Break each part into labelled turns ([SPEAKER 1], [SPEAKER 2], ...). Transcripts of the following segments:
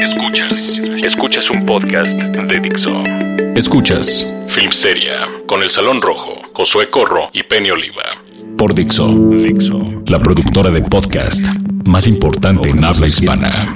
[SPEAKER 1] Escuchas, escuchas un podcast de Dixo. Escuchas Filmsteria con El Salón Rojo, Josué Corro y Penny Oliva. Por Dixo, Dixo, la productora de podcast más importante en habla hispana.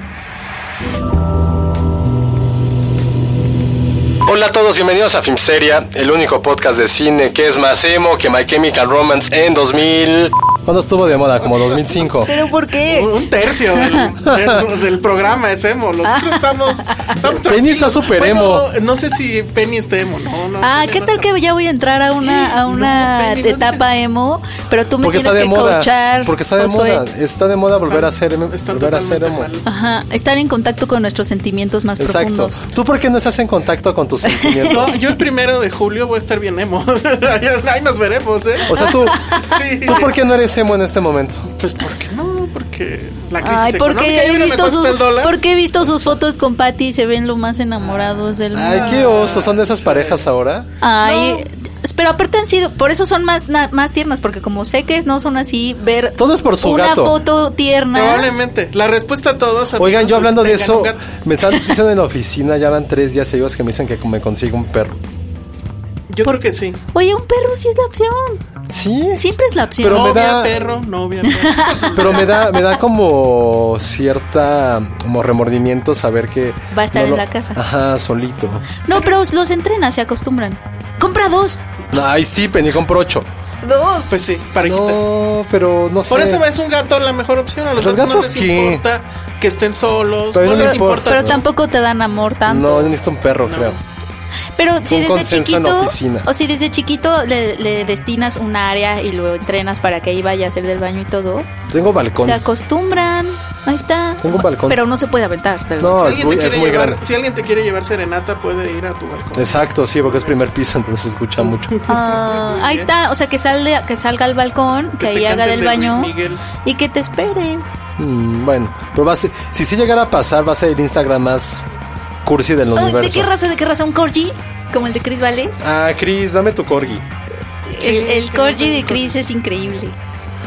[SPEAKER 2] Hola a todos, bienvenidos a Filmsteria, el único podcast de cine que es más emo que My Chemical Romance en 2000. ¿Cuándo estuvo de moda? Como 2005.
[SPEAKER 3] ¿Pero por qué?
[SPEAKER 4] Un tercio del, del- del programa es emo. Los otros estamos. estamos
[SPEAKER 2] Penny está
[SPEAKER 4] tranquilos.
[SPEAKER 2] súper emo.
[SPEAKER 4] Bueno, no sé si Penny está emo, no, no.
[SPEAKER 3] Ah,
[SPEAKER 4] no,
[SPEAKER 3] ¿qué
[SPEAKER 4] no,
[SPEAKER 3] tal
[SPEAKER 4] no.
[SPEAKER 3] que ya voy a entrar a una, a una
[SPEAKER 4] Penny, no te-
[SPEAKER 3] etapa emo? Pero tú me
[SPEAKER 2] Porque está
[SPEAKER 3] tienes
[SPEAKER 2] de
[SPEAKER 3] que
[SPEAKER 2] moda.
[SPEAKER 3] coachar.
[SPEAKER 2] Porque está de
[SPEAKER 3] Josué.
[SPEAKER 2] moda. Está de moda volver a ser, em,
[SPEAKER 4] Están
[SPEAKER 2] volver a ser emo.
[SPEAKER 4] totalmente mal.
[SPEAKER 3] Ajá, estar en contacto con nuestros sentimientos más
[SPEAKER 2] Exacto.
[SPEAKER 3] profundos.
[SPEAKER 2] ¿Tú por qué no estás en contacto con tus sentimientos?
[SPEAKER 4] No, yo el primero de julio voy a estar bien emo. Ahí nos veremos, ¿eh?
[SPEAKER 2] O sea, tú,
[SPEAKER 4] Sí.
[SPEAKER 2] ¿tú por qué no eres emo en este momento?
[SPEAKER 4] Pues, ¿por qué no? Porque la crisis
[SPEAKER 3] Ay, porque
[SPEAKER 4] económica y
[SPEAKER 3] he
[SPEAKER 4] una
[SPEAKER 3] visto
[SPEAKER 4] mejor
[SPEAKER 3] sus
[SPEAKER 4] está el dólar.
[SPEAKER 3] porque he visto sus fotos con Patty y se ven lo más enamorados del mundo.
[SPEAKER 2] Ay, qué oso. ¿Son de esas parejas ahora?
[SPEAKER 3] Ay, pero aparte han sido, por eso son más na- más tiernas porque como sé que no son así ver
[SPEAKER 2] Todo es por su
[SPEAKER 3] una
[SPEAKER 2] gato.
[SPEAKER 3] foto tierna.
[SPEAKER 4] Probablemente. La respuesta a todos.
[SPEAKER 2] Oigan,
[SPEAKER 4] amigos,
[SPEAKER 2] yo hablando de
[SPEAKER 4] tengan
[SPEAKER 2] eso,
[SPEAKER 4] un gato.
[SPEAKER 2] me están diciendo en la oficina, ya van tres días seguidos que me dicen que me consigo un perro.
[SPEAKER 4] Yo creo que sí.
[SPEAKER 3] Oye, un perro sí es la opción.
[SPEAKER 2] Sí.
[SPEAKER 3] Siempre es la opción.
[SPEAKER 2] Pero me
[SPEAKER 4] Novia,
[SPEAKER 2] da-
[SPEAKER 4] perro, novia, perro.
[SPEAKER 2] Pero me da, me da como cierta como remordimiento saber que
[SPEAKER 3] Va a estar
[SPEAKER 2] no
[SPEAKER 3] en
[SPEAKER 2] lo-
[SPEAKER 3] la casa.
[SPEAKER 2] Ajá, solito.
[SPEAKER 3] No, pero los entrena, se acostumbran. Compra dos.
[SPEAKER 2] Ay, sí, Penny compró ocho.
[SPEAKER 4] Pues sí, parejitas.
[SPEAKER 2] No, pero no sé.
[SPEAKER 4] Por eso es un gato la mejor opción. A los,
[SPEAKER 2] ¿Los
[SPEAKER 4] gatos,
[SPEAKER 2] gatos
[SPEAKER 4] no les
[SPEAKER 2] qué?
[SPEAKER 4] importa que estén solos,
[SPEAKER 2] Pero
[SPEAKER 4] no,
[SPEAKER 2] no
[SPEAKER 4] les
[SPEAKER 2] les importa.
[SPEAKER 4] importa.
[SPEAKER 3] Pero
[SPEAKER 4] su-
[SPEAKER 3] tampoco te dan amor tanto.
[SPEAKER 2] No, necesito un perro, creo.
[SPEAKER 3] Pero si desde
[SPEAKER 2] consenso en la
[SPEAKER 3] chiquito,
[SPEAKER 2] oficina.
[SPEAKER 3] o si desde chiquito le, le destinas un área y lo entrenas para que ahí vaya a hacer del baño y todo,
[SPEAKER 2] Tengo balcón.
[SPEAKER 3] se acostumbran. Ahí está.
[SPEAKER 2] Tengo un balcón.
[SPEAKER 3] Pero no se puede aventar. del
[SPEAKER 2] No,
[SPEAKER 3] balcón.
[SPEAKER 4] Si
[SPEAKER 2] es
[SPEAKER 4] alguien
[SPEAKER 2] muy,
[SPEAKER 4] te
[SPEAKER 2] es
[SPEAKER 4] quiere
[SPEAKER 2] muy
[SPEAKER 4] llevar-
[SPEAKER 2] grande.
[SPEAKER 4] Si alguien te quiere llevar serenata, puede ir a tu balcón.
[SPEAKER 2] Exacto, sí, porque es primer piso, entonces se escucha mucho.
[SPEAKER 3] Ah, ahí está, o sea que salga, que salga al balcón, que,
[SPEAKER 4] Que
[SPEAKER 3] ahí
[SPEAKER 4] te
[SPEAKER 3] haga
[SPEAKER 4] canten
[SPEAKER 3] del
[SPEAKER 4] de
[SPEAKER 3] baño
[SPEAKER 4] Luis Miguel.
[SPEAKER 3] y que te espere.
[SPEAKER 2] Mm, bueno, pero va a ser- si sí llegara a pasar, va a ser el Instagram más cursi del
[SPEAKER 3] Ay, ¿De
[SPEAKER 2] universo.
[SPEAKER 3] qué raza? ¿De qué raza? ¿Un corgi? Como el de Chris Valles.
[SPEAKER 2] Ah, Cris, dame tu corgi. Ah,
[SPEAKER 3] el el corgi de Chris es increíble.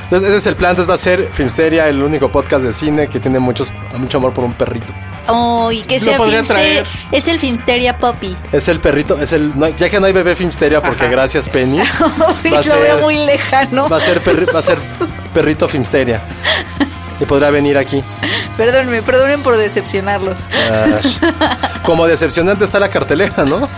[SPEAKER 2] Entonces, ese es el plan. Entonces, va a ser Filmsteria, el único podcast de cine que tiene muchos, mucho amor por un perrito.
[SPEAKER 3] Oh, y que
[SPEAKER 4] Lo
[SPEAKER 3] sea
[SPEAKER 4] podría
[SPEAKER 3] Filmster-
[SPEAKER 4] traer.
[SPEAKER 3] Es el Filmsteria Poppy.
[SPEAKER 2] Es el perrito, es el. no hay- ya que no hay bebé Filmsteria, porque gracias, Penny. Va a
[SPEAKER 3] lo
[SPEAKER 2] ser-
[SPEAKER 3] veo muy lejano.
[SPEAKER 2] Va a ser, perri- va a ser perrito Filmsteria. Y podrá venir aquí.
[SPEAKER 3] Perdónenme, perdonen por decepcionarlos.
[SPEAKER 2] Ah, como decepcionante está la cartelera, ¿no?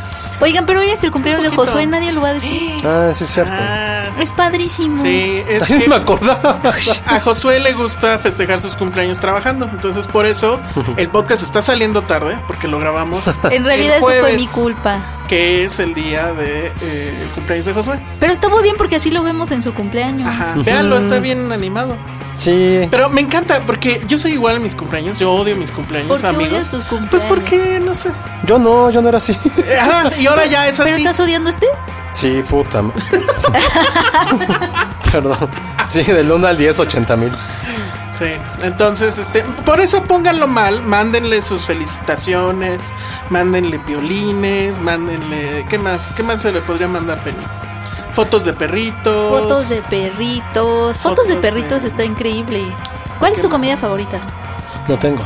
[SPEAKER 3] Oigan, pero hoy es el cumpleaños de Josué, nadie lo va a decir.
[SPEAKER 2] Ah, sí, es cierto.
[SPEAKER 4] Ah,
[SPEAKER 3] Es padrísimo.
[SPEAKER 4] sí, es
[SPEAKER 2] Ay,
[SPEAKER 4] que
[SPEAKER 2] me acordaba.
[SPEAKER 4] a Josué le gusta festejar sus cumpleaños trabajando. Entonces, por eso el podcast está saliendo tarde, porque lo grabamos.
[SPEAKER 3] En realidad
[SPEAKER 4] el
[SPEAKER 3] eso fue
[SPEAKER 4] jueves,
[SPEAKER 3] mi culpa.
[SPEAKER 4] Que es el día de, eh, el cumpleaños de Josué.
[SPEAKER 3] Pero está muy bien porque así lo vemos en su cumpleaños.
[SPEAKER 4] Ajá. Véanlo, está bien animado.
[SPEAKER 2] Sí.
[SPEAKER 4] Pero me encanta porque yo soy igual en mis cumpleaños. Yo odio mis cumpleaños,
[SPEAKER 3] ¿Por qué
[SPEAKER 4] amigos.
[SPEAKER 3] odias tus cumpleaños?
[SPEAKER 4] Pues porque, no sé.
[SPEAKER 2] Yo no, yo no era así.
[SPEAKER 4] Ajá, y ahora ya es
[SPEAKER 3] ¿Pero
[SPEAKER 4] así.
[SPEAKER 3] estás odiando este?
[SPEAKER 2] Sí, puta. ma- Perdón. Sí, del 1 al 10, 80 mil.
[SPEAKER 4] Sí. Entonces, este, por eso pónganlo mal, mándenle sus felicitaciones, mándenle violines, mándenle, ¿qué más? ¿Qué más se le podría mandar Penny? Fotos de perritos.
[SPEAKER 3] Fotos de perritos. Fotos de
[SPEAKER 4] Fotos de-
[SPEAKER 3] perritos está increíble. ¿Cuál es tu comida favorita?
[SPEAKER 2] No tengo.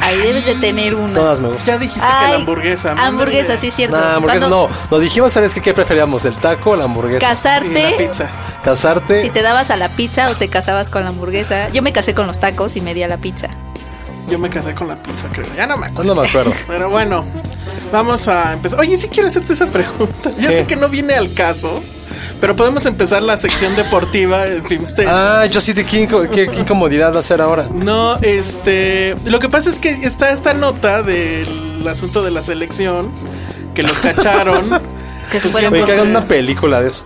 [SPEAKER 3] Ahí debes de tener una.
[SPEAKER 2] Todas me gustan.
[SPEAKER 4] Ya dijiste que la
[SPEAKER 3] Ay,
[SPEAKER 4] hamburguesa. mándale.
[SPEAKER 3] Hamburguesa, sí es cierto.
[SPEAKER 2] Nah, hamburguesa
[SPEAKER 3] Cuando
[SPEAKER 2] no. Nos dijimos, ¿sabes qué? ¿Qué preferíamos? ¿El taco o la hamburguesa?
[SPEAKER 4] Y la
[SPEAKER 3] Casarte,
[SPEAKER 4] pizza.
[SPEAKER 2] ¿Casarte?
[SPEAKER 3] si te dabas a la pizza o te casabas con la hamburguesa. Yo me casé con los tacos y me di a la pizza.
[SPEAKER 4] Yo me casé con la pizza, creo. Ya no me acuerdo.
[SPEAKER 2] Ah, No me acuerdo.
[SPEAKER 4] Pero bueno, vamos a empezar. Oye, sí quiero hacerte esa pregunta. Ya
[SPEAKER 2] ¿Qué?
[SPEAKER 4] sé que no viene al caso, pero podemos empezar la sección deportiva en Filmsteria.
[SPEAKER 2] Ah, yo sí, de qué, inco- qué- qué incomodidad va a ser ahora.
[SPEAKER 4] No, este. Lo que pasa es que está esta nota del asunto de la selección que los cacharon.
[SPEAKER 3] Que se
[SPEAKER 4] Pues
[SPEAKER 3] fueron
[SPEAKER 4] yo
[SPEAKER 2] Me
[SPEAKER 3] por-
[SPEAKER 4] creo
[SPEAKER 2] hagan una película de eso.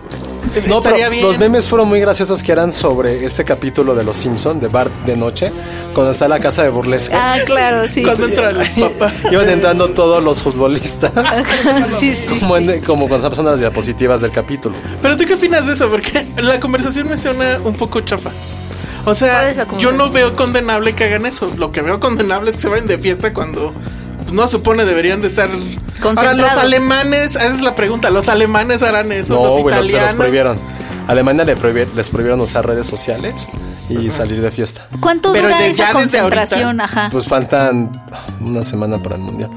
[SPEAKER 2] No, pero
[SPEAKER 4] Estaría bien.
[SPEAKER 2] los memes fueron muy graciosos que eran sobre este capítulo de Los Simpson de Bart de noche, cuando está la casa de burlesque.
[SPEAKER 3] Ah, claro, sí.
[SPEAKER 4] Cuando entra el papá.
[SPEAKER 2] Iban entrando todos los futbolistas.
[SPEAKER 3] sí, sí.
[SPEAKER 2] Como, en- como cuando están pasando las diapositivas del capítulo.
[SPEAKER 4] Pero tú qué opinas de eso? Porque la conversación me suena un poco chafa. O
[SPEAKER 3] ¿Cuál es
[SPEAKER 4] sea,
[SPEAKER 3] la
[SPEAKER 4] yo
[SPEAKER 3] conversación?
[SPEAKER 4] no veo condenable que hagan eso. Lo que veo condenable es que se vayan de fiesta cuando pues, no supone deberían de estar. Ahora, los
[SPEAKER 3] Concentrados.
[SPEAKER 4] alemanes, esa es la pregunta. ¿Los alemanes harán eso?
[SPEAKER 2] No,
[SPEAKER 4] ¿Los
[SPEAKER 2] güey, los- se los
[SPEAKER 4] italianos?
[SPEAKER 2] prohibieron. Alemania le prohibi- les prohibieron usar redes sociales y salir de fiesta.
[SPEAKER 3] ¿Cuánto
[SPEAKER 4] Pero
[SPEAKER 3] dura
[SPEAKER 4] de- ya
[SPEAKER 3] esa
[SPEAKER 4] desde ahorita-
[SPEAKER 3] concentración? Ajá.
[SPEAKER 2] Pues faltan una semana para el mundial.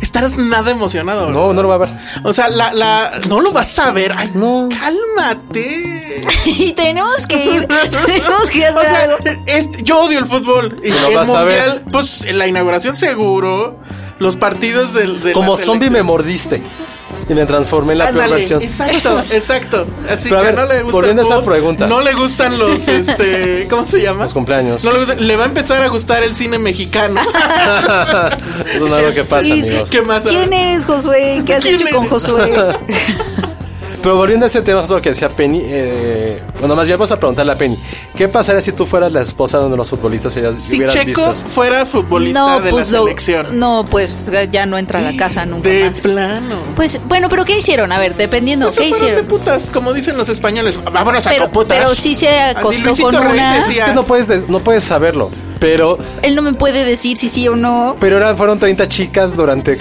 [SPEAKER 4] Estarás nada emocionado.
[SPEAKER 2] No, no lo va a ver.
[SPEAKER 4] O sea, la, la. No lo vas a ver. Ay,
[SPEAKER 2] No.
[SPEAKER 4] Cálmate.
[SPEAKER 3] y tenemos que ir, tenemos que ir a
[SPEAKER 4] O
[SPEAKER 3] hacer
[SPEAKER 4] sea,
[SPEAKER 3] algo.
[SPEAKER 4] es- yo odio el fútbol. Y
[SPEAKER 2] Pero
[SPEAKER 4] el
[SPEAKER 2] vas a
[SPEAKER 4] mundial,
[SPEAKER 2] ver.
[SPEAKER 4] pues en la inauguración seguro. Los partidos del. de la
[SPEAKER 2] Como zombie
[SPEAKER 4] selección.
[SPEAKER 2] me mordiste y me transformé en la peor
[SPEAKER 4] Ándale,
[SPEAKER 2] versión.
[SPEAKER 4] Exacto, exacto. Así
[SPEAKER 2] Pero a
[SPEAKER 4] que
[SPEAKER 2] ver,
[SPEAKER 4] no le gusta.
[SPEAKER 2] volviendo a
[SPEAKER 4] el
[SPEAKER 2] esa
[SPEAKER 4] fútbol,
[SPEAKER 2] pregunta.
[SPEAKER 4] No le gustan los. Este, ¿Cómo se llama?
[SPEAKER 2] Los cumpleaños.
[SPEAKER 4] No le, gusta- le va a empezar a gustar el cine mexicano.
[SPEAKER 2] Eso no es
[SPEAKER 4] eh,
[SPEAKER 2] lo que pasa,
[SPEAKER 3] Y-
[SPEAKER 2] amigos.
[SPEAKER 4] ¿Qué más?
[SPEAKER 3] ¿Quién eres, Josué? ¿Qué has
[SPEAKER 4] ¿Quién
[SPEAKER 3] hecho con
[SPEAKER 4] eres?
[SPEAKER 3] Josué?
[SPEAKER 2] Pero volviendo a ese tema, es lo que decía Penny. eh, bueno, más bien vamos a preguntarle a Penny: ¿qué pasaría si tú fueras la esposa de uno de los futbolistas y las- y
[SPEAKER 4] Si
[SPEAKER 2] hubieras
[SPEAKER 4] Checo
[SPEAKER 2] visto?
[SPEAKER 4] fuera futbolista
[SPEAKER 3] no,
[SPEAKER 4] de
[SPEAKER 3] pues
[SPEAKER 4] la
[SPEAKER 3] lo-
[SPEAKER 4] selección.
[SPEAKER 3] no, pues ya no entra a la casa nunca
[SPEAKER 4] de
[SPEAKER 3] más.
[SPEAKER 4] plano.
[SPEAKER 3] Pues bueno, pero ¿qué hicieron? A ver, dependiendo,
[SPEAKER 4] Pues se
[SPEAKER 3] ¿qué
[SPEAKER 4] fueron de
[SPEAKER 3] hicieron?
[SPEAKER 4] putas, como dicen los españoles. Vámonos a
[SPEAKER 3] Pero,
[SPEAKER 4] coputas.
[SPEAKER 3] pero sí se
[SPEAKER 4] Así
[SPEAKER 3] acostó
[SPEAKER 4] Luisito
[SPEAKER 3] con
[SPEAKER 4] Rey
[SPEAKER 3] una.
[SPEAKER 2] Es que no puedes, de- no puedes saberlo, pero,
[SPEAKER 3] Él no me puede decir si sí o no.
[SPEAKER 2] pero eran, fueron 30 chicas durante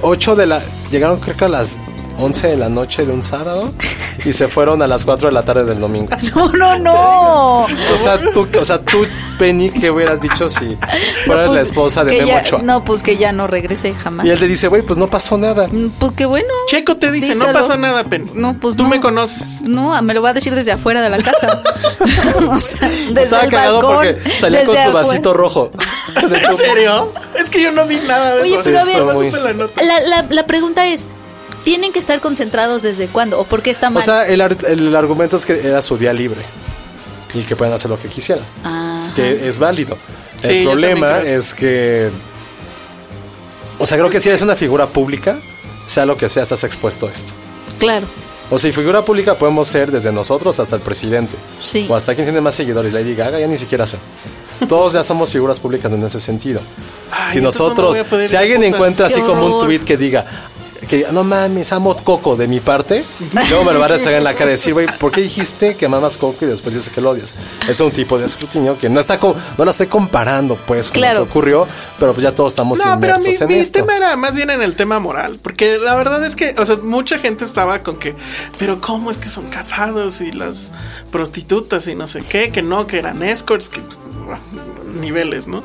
[SPEAKER 2] 8 de la. Llegaron creo que a las 11 de la noche de un sábado y se fueron a las 4 de la tarde del domingo.
[SPEAKER 3] No, no, no.
[SPEAKER 2] O sea, tú, o sea, tú Penny, ¿qué hubieras dicho si fueras
[SPEAKER 3] No, pues,
[SPEAKER 2] la esposa de
[SPEAKER 3] que
[SPEAKER 2] Memo
[SPEAKER 3] ya-
[SPEAKER 2] Ochoa?
[SPEAKER 3] No, pues que ya no regrese jamás.
[SPEAKER 2] Y él te dice, güey, pues no pasó nada.
[SPEAKER 3] Mm, Pues qué bueno.
[SPEAKER 4] Checo te dice, no
[SPEAKER 3] Díselo.
[SPEAKER 4] pasó nada, Penny.
[SPEAKER 3] No, pues
[SPEAKER 4] Tú
[SPEAKER 3] no.
[SPEAKER 4] me conoces.
[SPEAKER 3] No, ah, me lo va a decir desde afuera de la casa. o sea, desde
[SPEAKER 2] Estaba
[SPEAKER 3] el
[SPEAKER 2] cagado
[SPEAKER 3] balcón.
[SPEAKER 2] porque salía con
[SPEAKER 3] desde
[SPEAKER 2] su vasito
[SPEAKER 3] afuera.
[SPEAKER 2] rojo. De
[SPEAKER 4] ¿En
[SPEAKER 2] hecho,
[SPEAKER 4] serio? Es que yo no vi nada de
[SPEAKER 3] Oye,
[SPEAKER 4] eso.
[SPEAKER 3] pero a
[SPEAKER 4] Sí,
[SPEAKER 3] ver,
[SPEAKER 4] está
[SPEAKER 2] más
[SPEAKER 4] muy-
[SPEAKER 2] o
[SPEAKER 4] la nota.
[SPEAKER 3] La, la- la pregunta es, ¿tienen que estar concentrados desde cuándo? ¿O por qué está
[SPEAKER 2] O
[SPEAKER 3] mal?
[SPEAKER 2] sea, el, ar- el argumento es que era su día libre y que pueden hacer lo que quisieran,
[SPEAKER 3] Ajá.
[SPEAKER 2] que es válido.
[SPEAKER 4] Sí,
[SPEAKER 2] el
[SPEAKER 4] yo
[SPEAKER 2] problema
[SPEAKER 4] también creo
[SPEAKER 2] es que, o sea, creo que si eres una figura pública, sea lo que sea, estás expuesto a esto.
[SPEAKER 3] claro.
[SPEAKER 2] O sea, y figura pública podemos ser desde nosotros hasta el presidente.
[SPEAKER 3] Sí.
[SPEAKER 2] O hasta quien tiene más seguidores. Lady Gaga ya ni siquiera sé. Todos ya somos figuras públicas en ese sentido.
[SPEAKER 4] Ay,
[SPEAKER 2] si
[SPEAKER 4] entonces no me
[SPEAKER 2] nosotros,
[SPEAKER 4] voy a poder
[SPEAKER 2] si
[SPEAKER 4] ir a
[SPEAKER 2] alguien
[SPEAKER 4] putas.
[SPEAKER 2] encuentra así
[SPEAKER 3] Qué
[SPEAKER 2] como un
[SPEAKER 3] horror.
[SPEAKER 2] tweet que diga, que diga, no mames, amo coco de mi parte, luego me lo va a restregar en la cara y decir, güey, ¿por qué dijiste que mamas coco y después dices que lo odias? Es un tipo de escrutinio que no está como, no lo estoy comparando, pues, con
[SPEAKER 3] Claro.
[SPEAKER 2] lo que ocurrió, pero pues ya todos estamos
[SPEAKER 4] No, pero mi,
[SPEAKER 2] inmersos en
[SPEAKER 4] mi
[SPEAKER 2] esto.
[SPEAKER 4] tema era más bien en el tema moral, porque la verdad es que, o sea, mucha gente estaba con que, pero ¿cómo es que son casados y las prostitutas y no sé qué, que no, que eran escorts, que niveles, ¿no?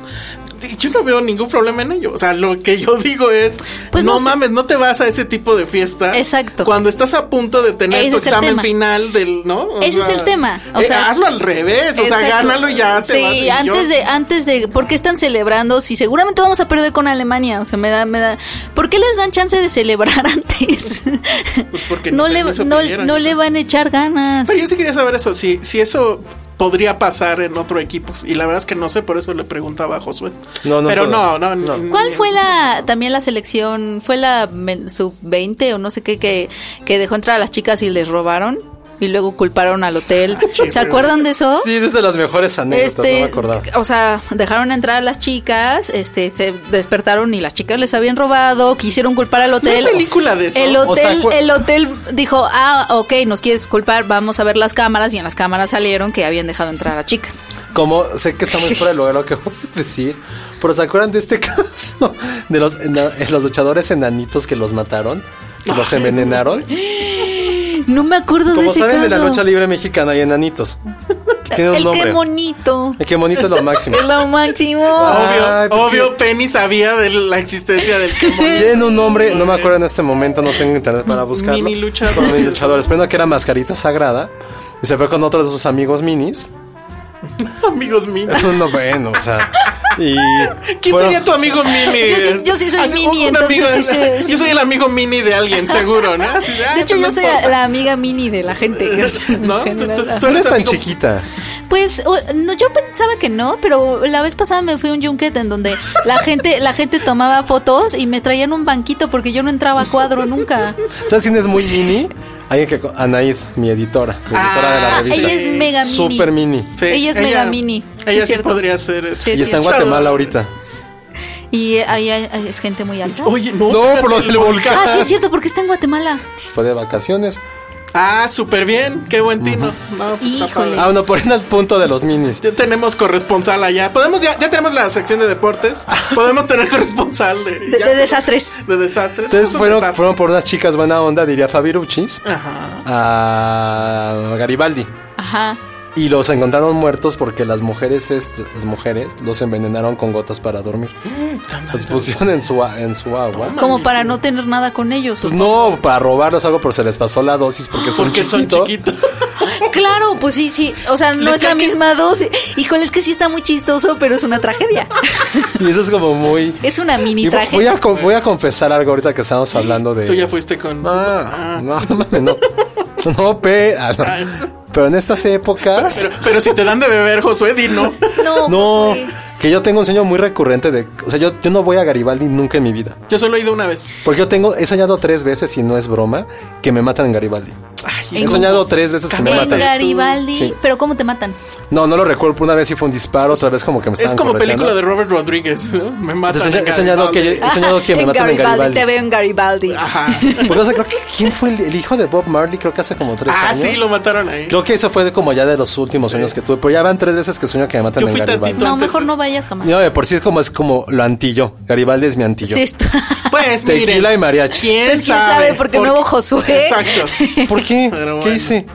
[SPEAKER 4] Y Yo no veo ningún problema en ello. O sea, lo que yo digo es,
[SPEAKER 3] Pues
[SPEAKER 4] no,
[SPEAKER 3] no sé.
[SPEAKER 4] mames, no te vas a ese tipo de fiesta.
[SPEAKER 3] Exacto.
[SPEAKER 4] Cuando estás a punto de tener
[SPEAKER 3] Ese
[SPEAKER 4] tu
[SPEAKER 3] es el
[SPEAKER 4] examen
[SPEAKER 3] tema.
[SPEAKER 4] final del, ¿no? O
[SPEAKER 3] Ese es el tema, o
[SPEAKER 4] eh,
[SPEAKER 3] sea,
[SPEAKER 4] hazlo al revés, o sea,
[SPEAKER 3] Exacto.
[SPEAKER 4] gánalo y ya. te vas. Y
[SPEAKER 3] Sí,
[SPEAKER 4] yo-
[SPEAKER 3] antes de, antes de, ¿por qué están celebrando? Si seguramente vamos a perder con Alemania, o sea, me da, me da, ¿por qué les dan chance de celebrar antes?
[SPEAKER 4] Pues porque
[SPEAKER 3] no
[SPEAKER 4] ni
[SPEAKER 3] le,
[SPEAKER 4] permiso
[SPEAKER 3] no,
[SPEAKER 4] pidieron,
[SPEAKER 3] no
[SPEAKER 4] yo
[SPEAKER 3] le van a echar ganas.
[SPEAKER 4] Pero yo sí quería saber eso, si, si eso podría pasar en otro equipo. Y la verdad es que no sé, por eso le preguntaba a Josué.
[SPEAKER 2] No, no
[SPEAKER 4] Pero no,
[SPEAKER 2] todos.
[SPEAKER 4] no,
[SPEAKER 2] No.
[SPEAKER 4] ni-
[SPEAKER 3] ¿Cuál
[SPEAKER 4] ni-
[SPEAKER 3] fue la también la selección? ¿Fue la men- sub 20 o no sé qué que, que dejó entrar a las chicas y les robaron? Y luego culparon al hotel.
[SPEAKER 4] chis,
[SPEAKER 3] ¿Se acuerdan de eso?
[SPEAKER 2] Ah,
[SPEAKER 3] Este,
[SPEAKER 2] Sí, es de las mejores anécdotas, no me acordaba.
[SPEAKER 3] o sea, dejaron entrar a las chicas, este, se despertaron y las chicas les habían robado, quisieron culpar al hotel.
[SPEAKER 4] ¿No hay película de eso?
[SPEAKER 3] El
[SPEAKER 2] O sea,
[SPEAKER 3] hotel,
[SPEAKER 2] cu-
[SPEAKER 3] el hotel dijo, ah, ok, nos quieres culpar, vamos a ver las cámaras y en las cámaras salieron que habían dejado entrar a chicas.
[SPEAKER 2] Como sé que está muy fuera de lugar lo que voy a decir, pero ¿se acuerdan de este caso? De los, ena- eh, los luchadores enanitos que los mataron, que los envenenaron.
[SPEAKER 3] No me acuerdo de
[SPEAKER 2] Como
[SPEAKER 3] ese
[SPEAKER 2] saben, en la
[SPEAKER 3] caso.
[SPEAKER 2] lucha libre mexicana hay enanitos. Tiene un
[SPEAKER 3] el
[SPEAKER 2] nombre.
[SPEAKER 3] qué bonito.
[SPEAKER 2] Ay, Qué bonito es lo máximo.
[SPEAKER 3] Es lo máximo.
[SPEAKER 4] Obvio,
[SPEAKER 2] Ay, ¿por qué?
[SPEAKER 4] obvio, Penny sabía de la existencia del Kemon.
[SPEAKER 2] Tiene un nombre, no me acuerdo en este momento, no tengo internet para buscarlo.
[SPEAKER 4] Mini luchador.
[SPEAKER 2] Fue un Mini luchador. Espero que era Mascarita Sagrada. Y se fue con otro de sus amigos minis.
[SPEAKER 4] Amigos míos.
[SPEAKER 2] Es un bueno, o sea. Y
[SPEAKER 4] ¿Quién
[SPEAKER 2] fueron-
[SPEAKER 4] sería tu amigo Mini?
[SPEAKER 3] Yo sí- yo sí soy Mini,
[SPEAKER 4] un
[SPEAKER 3] entonces sí sé, sí.
[SPEAKER 4] Yo soy el amigo Mini de alguien, seguro, ¿no? Así ah,
[SPEAKER 3] De hecho,
[SPEAKER 4] pues
[SPEAKER 3] yo
[SPEAKER 4] no
[SPEAKER 3] soy
[SPEAKER 4] importa.
[SPEAKER 3] la amiga mini de la gente. o sea, en
[SPEAKER 4] ¿No?
[SPEAKER 3] general,
[SPEAKER 4] Tú- tú-
[SPEAKER 3] ajá.
[SPEAKER 2] Tú eres tan
[SPEAKER 4] amigo-
[SPEAKER 2] chiquita.
[SPEAKER 3] Pues o- no, yo pensaba que no, pero la vez pasada me fui a un junket en donde la gente, la gente tomaba fotos y me traían un banquito porque yo no entraba a cuadro nunca.
[SPEAKER 2] ¿Sabes quién es muy mini? Alguien que. Anaid, mi editora. Mi editora de la
[SPEAKER 4] Ah,
[SPEAKER 2] revista.
[SPEAKER 3] Ella es mega mini.
[SPEAKER 2] Super mini.
[SPEAKER 4] Sí,
[SPEAKER 3] ella es mega mini. Sí,
[SPEAKER 4] Ella sí,
[SPEAKER 3] cierto.
[SPEAKER 4] podría ser. eh, eso.
[SPEAKER 3] Sí,
[SPEAKER 2] Y está en
[SPEAKER 3] cierto.
[SPEAKER 2] Guatemala ahorita.
[SPEAKER 3] Y eh, ahí hay- hay- es gente muy alta.
[SPEAKER 4] Oye, no.
[SPEAKER 2] No,
[SPEAKER 4] fíjate
[SPEAKER 2] por lo
[SPEAKER 4] el
[SPEAKER 2] del volcán.
[SPEAKER 3] Ah, sí, es cierto, porque está en Guatemala.
[SPEAKER 2] Fue de vacaciones.
[SPEAKER 4] Ah, súper bien. Qué buen tino. No, pues, está
[SPEAKER 3] Híjole.
[SPEAKER 4] padre.
[SPEAKER 2] Ah, bueno, por ir al punto de los minis.
[SPEAKER 4] Ya tenemos corresponsal allá. Podemos ya, ya tenemos la sección de deportes. Podemos tener corresponsal de,
[SPEAKER 3] De,
[SPEAKER 4] ya.
[SPEAKER 3] de desastres.
[SPEAKER 4] De desastres. Es
[SPEAKER 2] Entonces
[SPEAKER 4] un
[SPEAKER 2] fueron,
[SPEAKER 4] desastre.
[SPEAKER 2] fueron por unas chicas buena onda, diría Fabiruchis,
[SPEAKER 4] Ajá.
[SPEAKER 2] a Garibaldi.
[SPEAKER 3] Ajá.
[SPEAKER 2] Y los encontraron muertos porque las mujeres, este- las mujeres los envenenaron con gotas para dormir. Los pusieron en su, a- en su agua.
[SPEAKER 3] Como para no tener nada con ellos.
[SPEAKER 2] Pues no, para robarlos algo, pero se les pasó la dosis porque son
[SPEAKER 4] Porque son
[SPEAKER 2] chiquitos.
[SPEAKER 4] chiquitos.
[SPEAKER 3] Claro, pues sí, sí. O sea, no
[SPEAKER 4] Les
[SPEAKER 3] es la
[SPEAKER 4] cae que-
[SPEAKER 3] misma dosis. Híjole, es que sí está muy chistoso, pero es una tragedia.
[SPEAKER 2] Y eso es como muy...
[SPEAKER 3] Es una mini
[SPEAKER 2] Y voy,
[SPEAKER 3] tragedia.
[SPEAKER 2] a, co- voy a confesar algo ahorita que estamos hablando de...
[SPEAKER 4] Tú ya fuiste con.
[SPEAKER 2] Ah,
[SPEAKER 4] Ah.
[SPEAKER 2] No, no, no, mames, no. No, pe- ah, no. Pero en estas épocas...
[SPEAKER 4] Pero, pero si te dan de beber, Josué, di no.
[SPEAKER 3] No, pues,
[SPEAKER 2] No,
[SPEAKER 3] Josué.
[SPEAKER 2] que yo tengo un sueño muy recurrente de... O sea, yo, yo no voy a Garibaldi nunca en mi vida.
[SPEAKER 4] Yo solo he ido una vez.
[SPEAKER 2] Porque yo tengo... He soñado tres veces, y no es broma, que me matan en Garibaldi.
[SPEAKER 4] Ay,
[SPEAKER 3] En
[SPEAKER 2] He soñado tres veces que me
[SPEAKER 3] En
[SPEAKER 2] matan.
[SPEAKER 3] Garibaldi.
[SPEAKER 2] Sí.
[SPEAKER 3] Pero ¿cómo te matan?
[SPEAKER 2] No, no lo recuerdo. Una vez sí fue un disparo, otra vez como que me
[SPEAKER 4] es
[SPEAKER 2] estaban
[SPEAKER 4] como
[SPEAKER 2] correteando.
[SPEAKER 4] película de Robert Rodríguez. ¿no? Me mata.
[SPEAKER 2] Entonces, he soñado que, yo- he soñado que me
[SPEAKER 3] en
[SPEAKER 2] matan en Garibaldi. Ah,
[SPEAKER 3] Te veo en Garibaldi.
[SPEAKER 4] Ajá.
[SPEAKER 2] Porque, o sea, creo que... ¿Quién fue el, el hijo de Bob Marley? Creo que hace como tres
[SPEAKER 4] Ah,
[SPEAKER 2] años.
[SPEAKER 4] sí, lo mataron ahí.
[SPEAKER 2] Creo que eso fue de como ya de los últimos sueños que tuve. Pero ya van tres veces que sueño que me matan
[SPEAKER 4] Yo
[SPEAKER 2] en
[SPEAKER 4] fui
[SPEAKER 2] Garibaldi.
[SPEAKER 4] tantito.
[SPEAKER 3] No, mejor
[SPEAKER 2] pues
[SPEAKER 3] no vayas jamás.
[SPEAKER 2] No, de por sí es como, es como lo antillo. Garibaldi es mi antillo.
[SPEAKER 3] Sí, está-
[SPEAKER 4] Pues
[SPEAKER 2] Tequila
[SPEAKER 4] miren,
[SPEAKER 2] y mariachi.
[SPEAKER 4] ¿Quién
[SPEAKER 3] Pues, ¿quién
[SPEAKER 4] sabe?
[SPEAKER 3] sabe? Porque no hubo Josué.
[SPEAKER 4] Exacto.
[SPEAKER 2] ¿Por qué?
[SPEAKER 4] Pero
[SPEAKER 2] ¿Qué
[SPEAKER 4] bueno.
[SPEAKER 2] hice?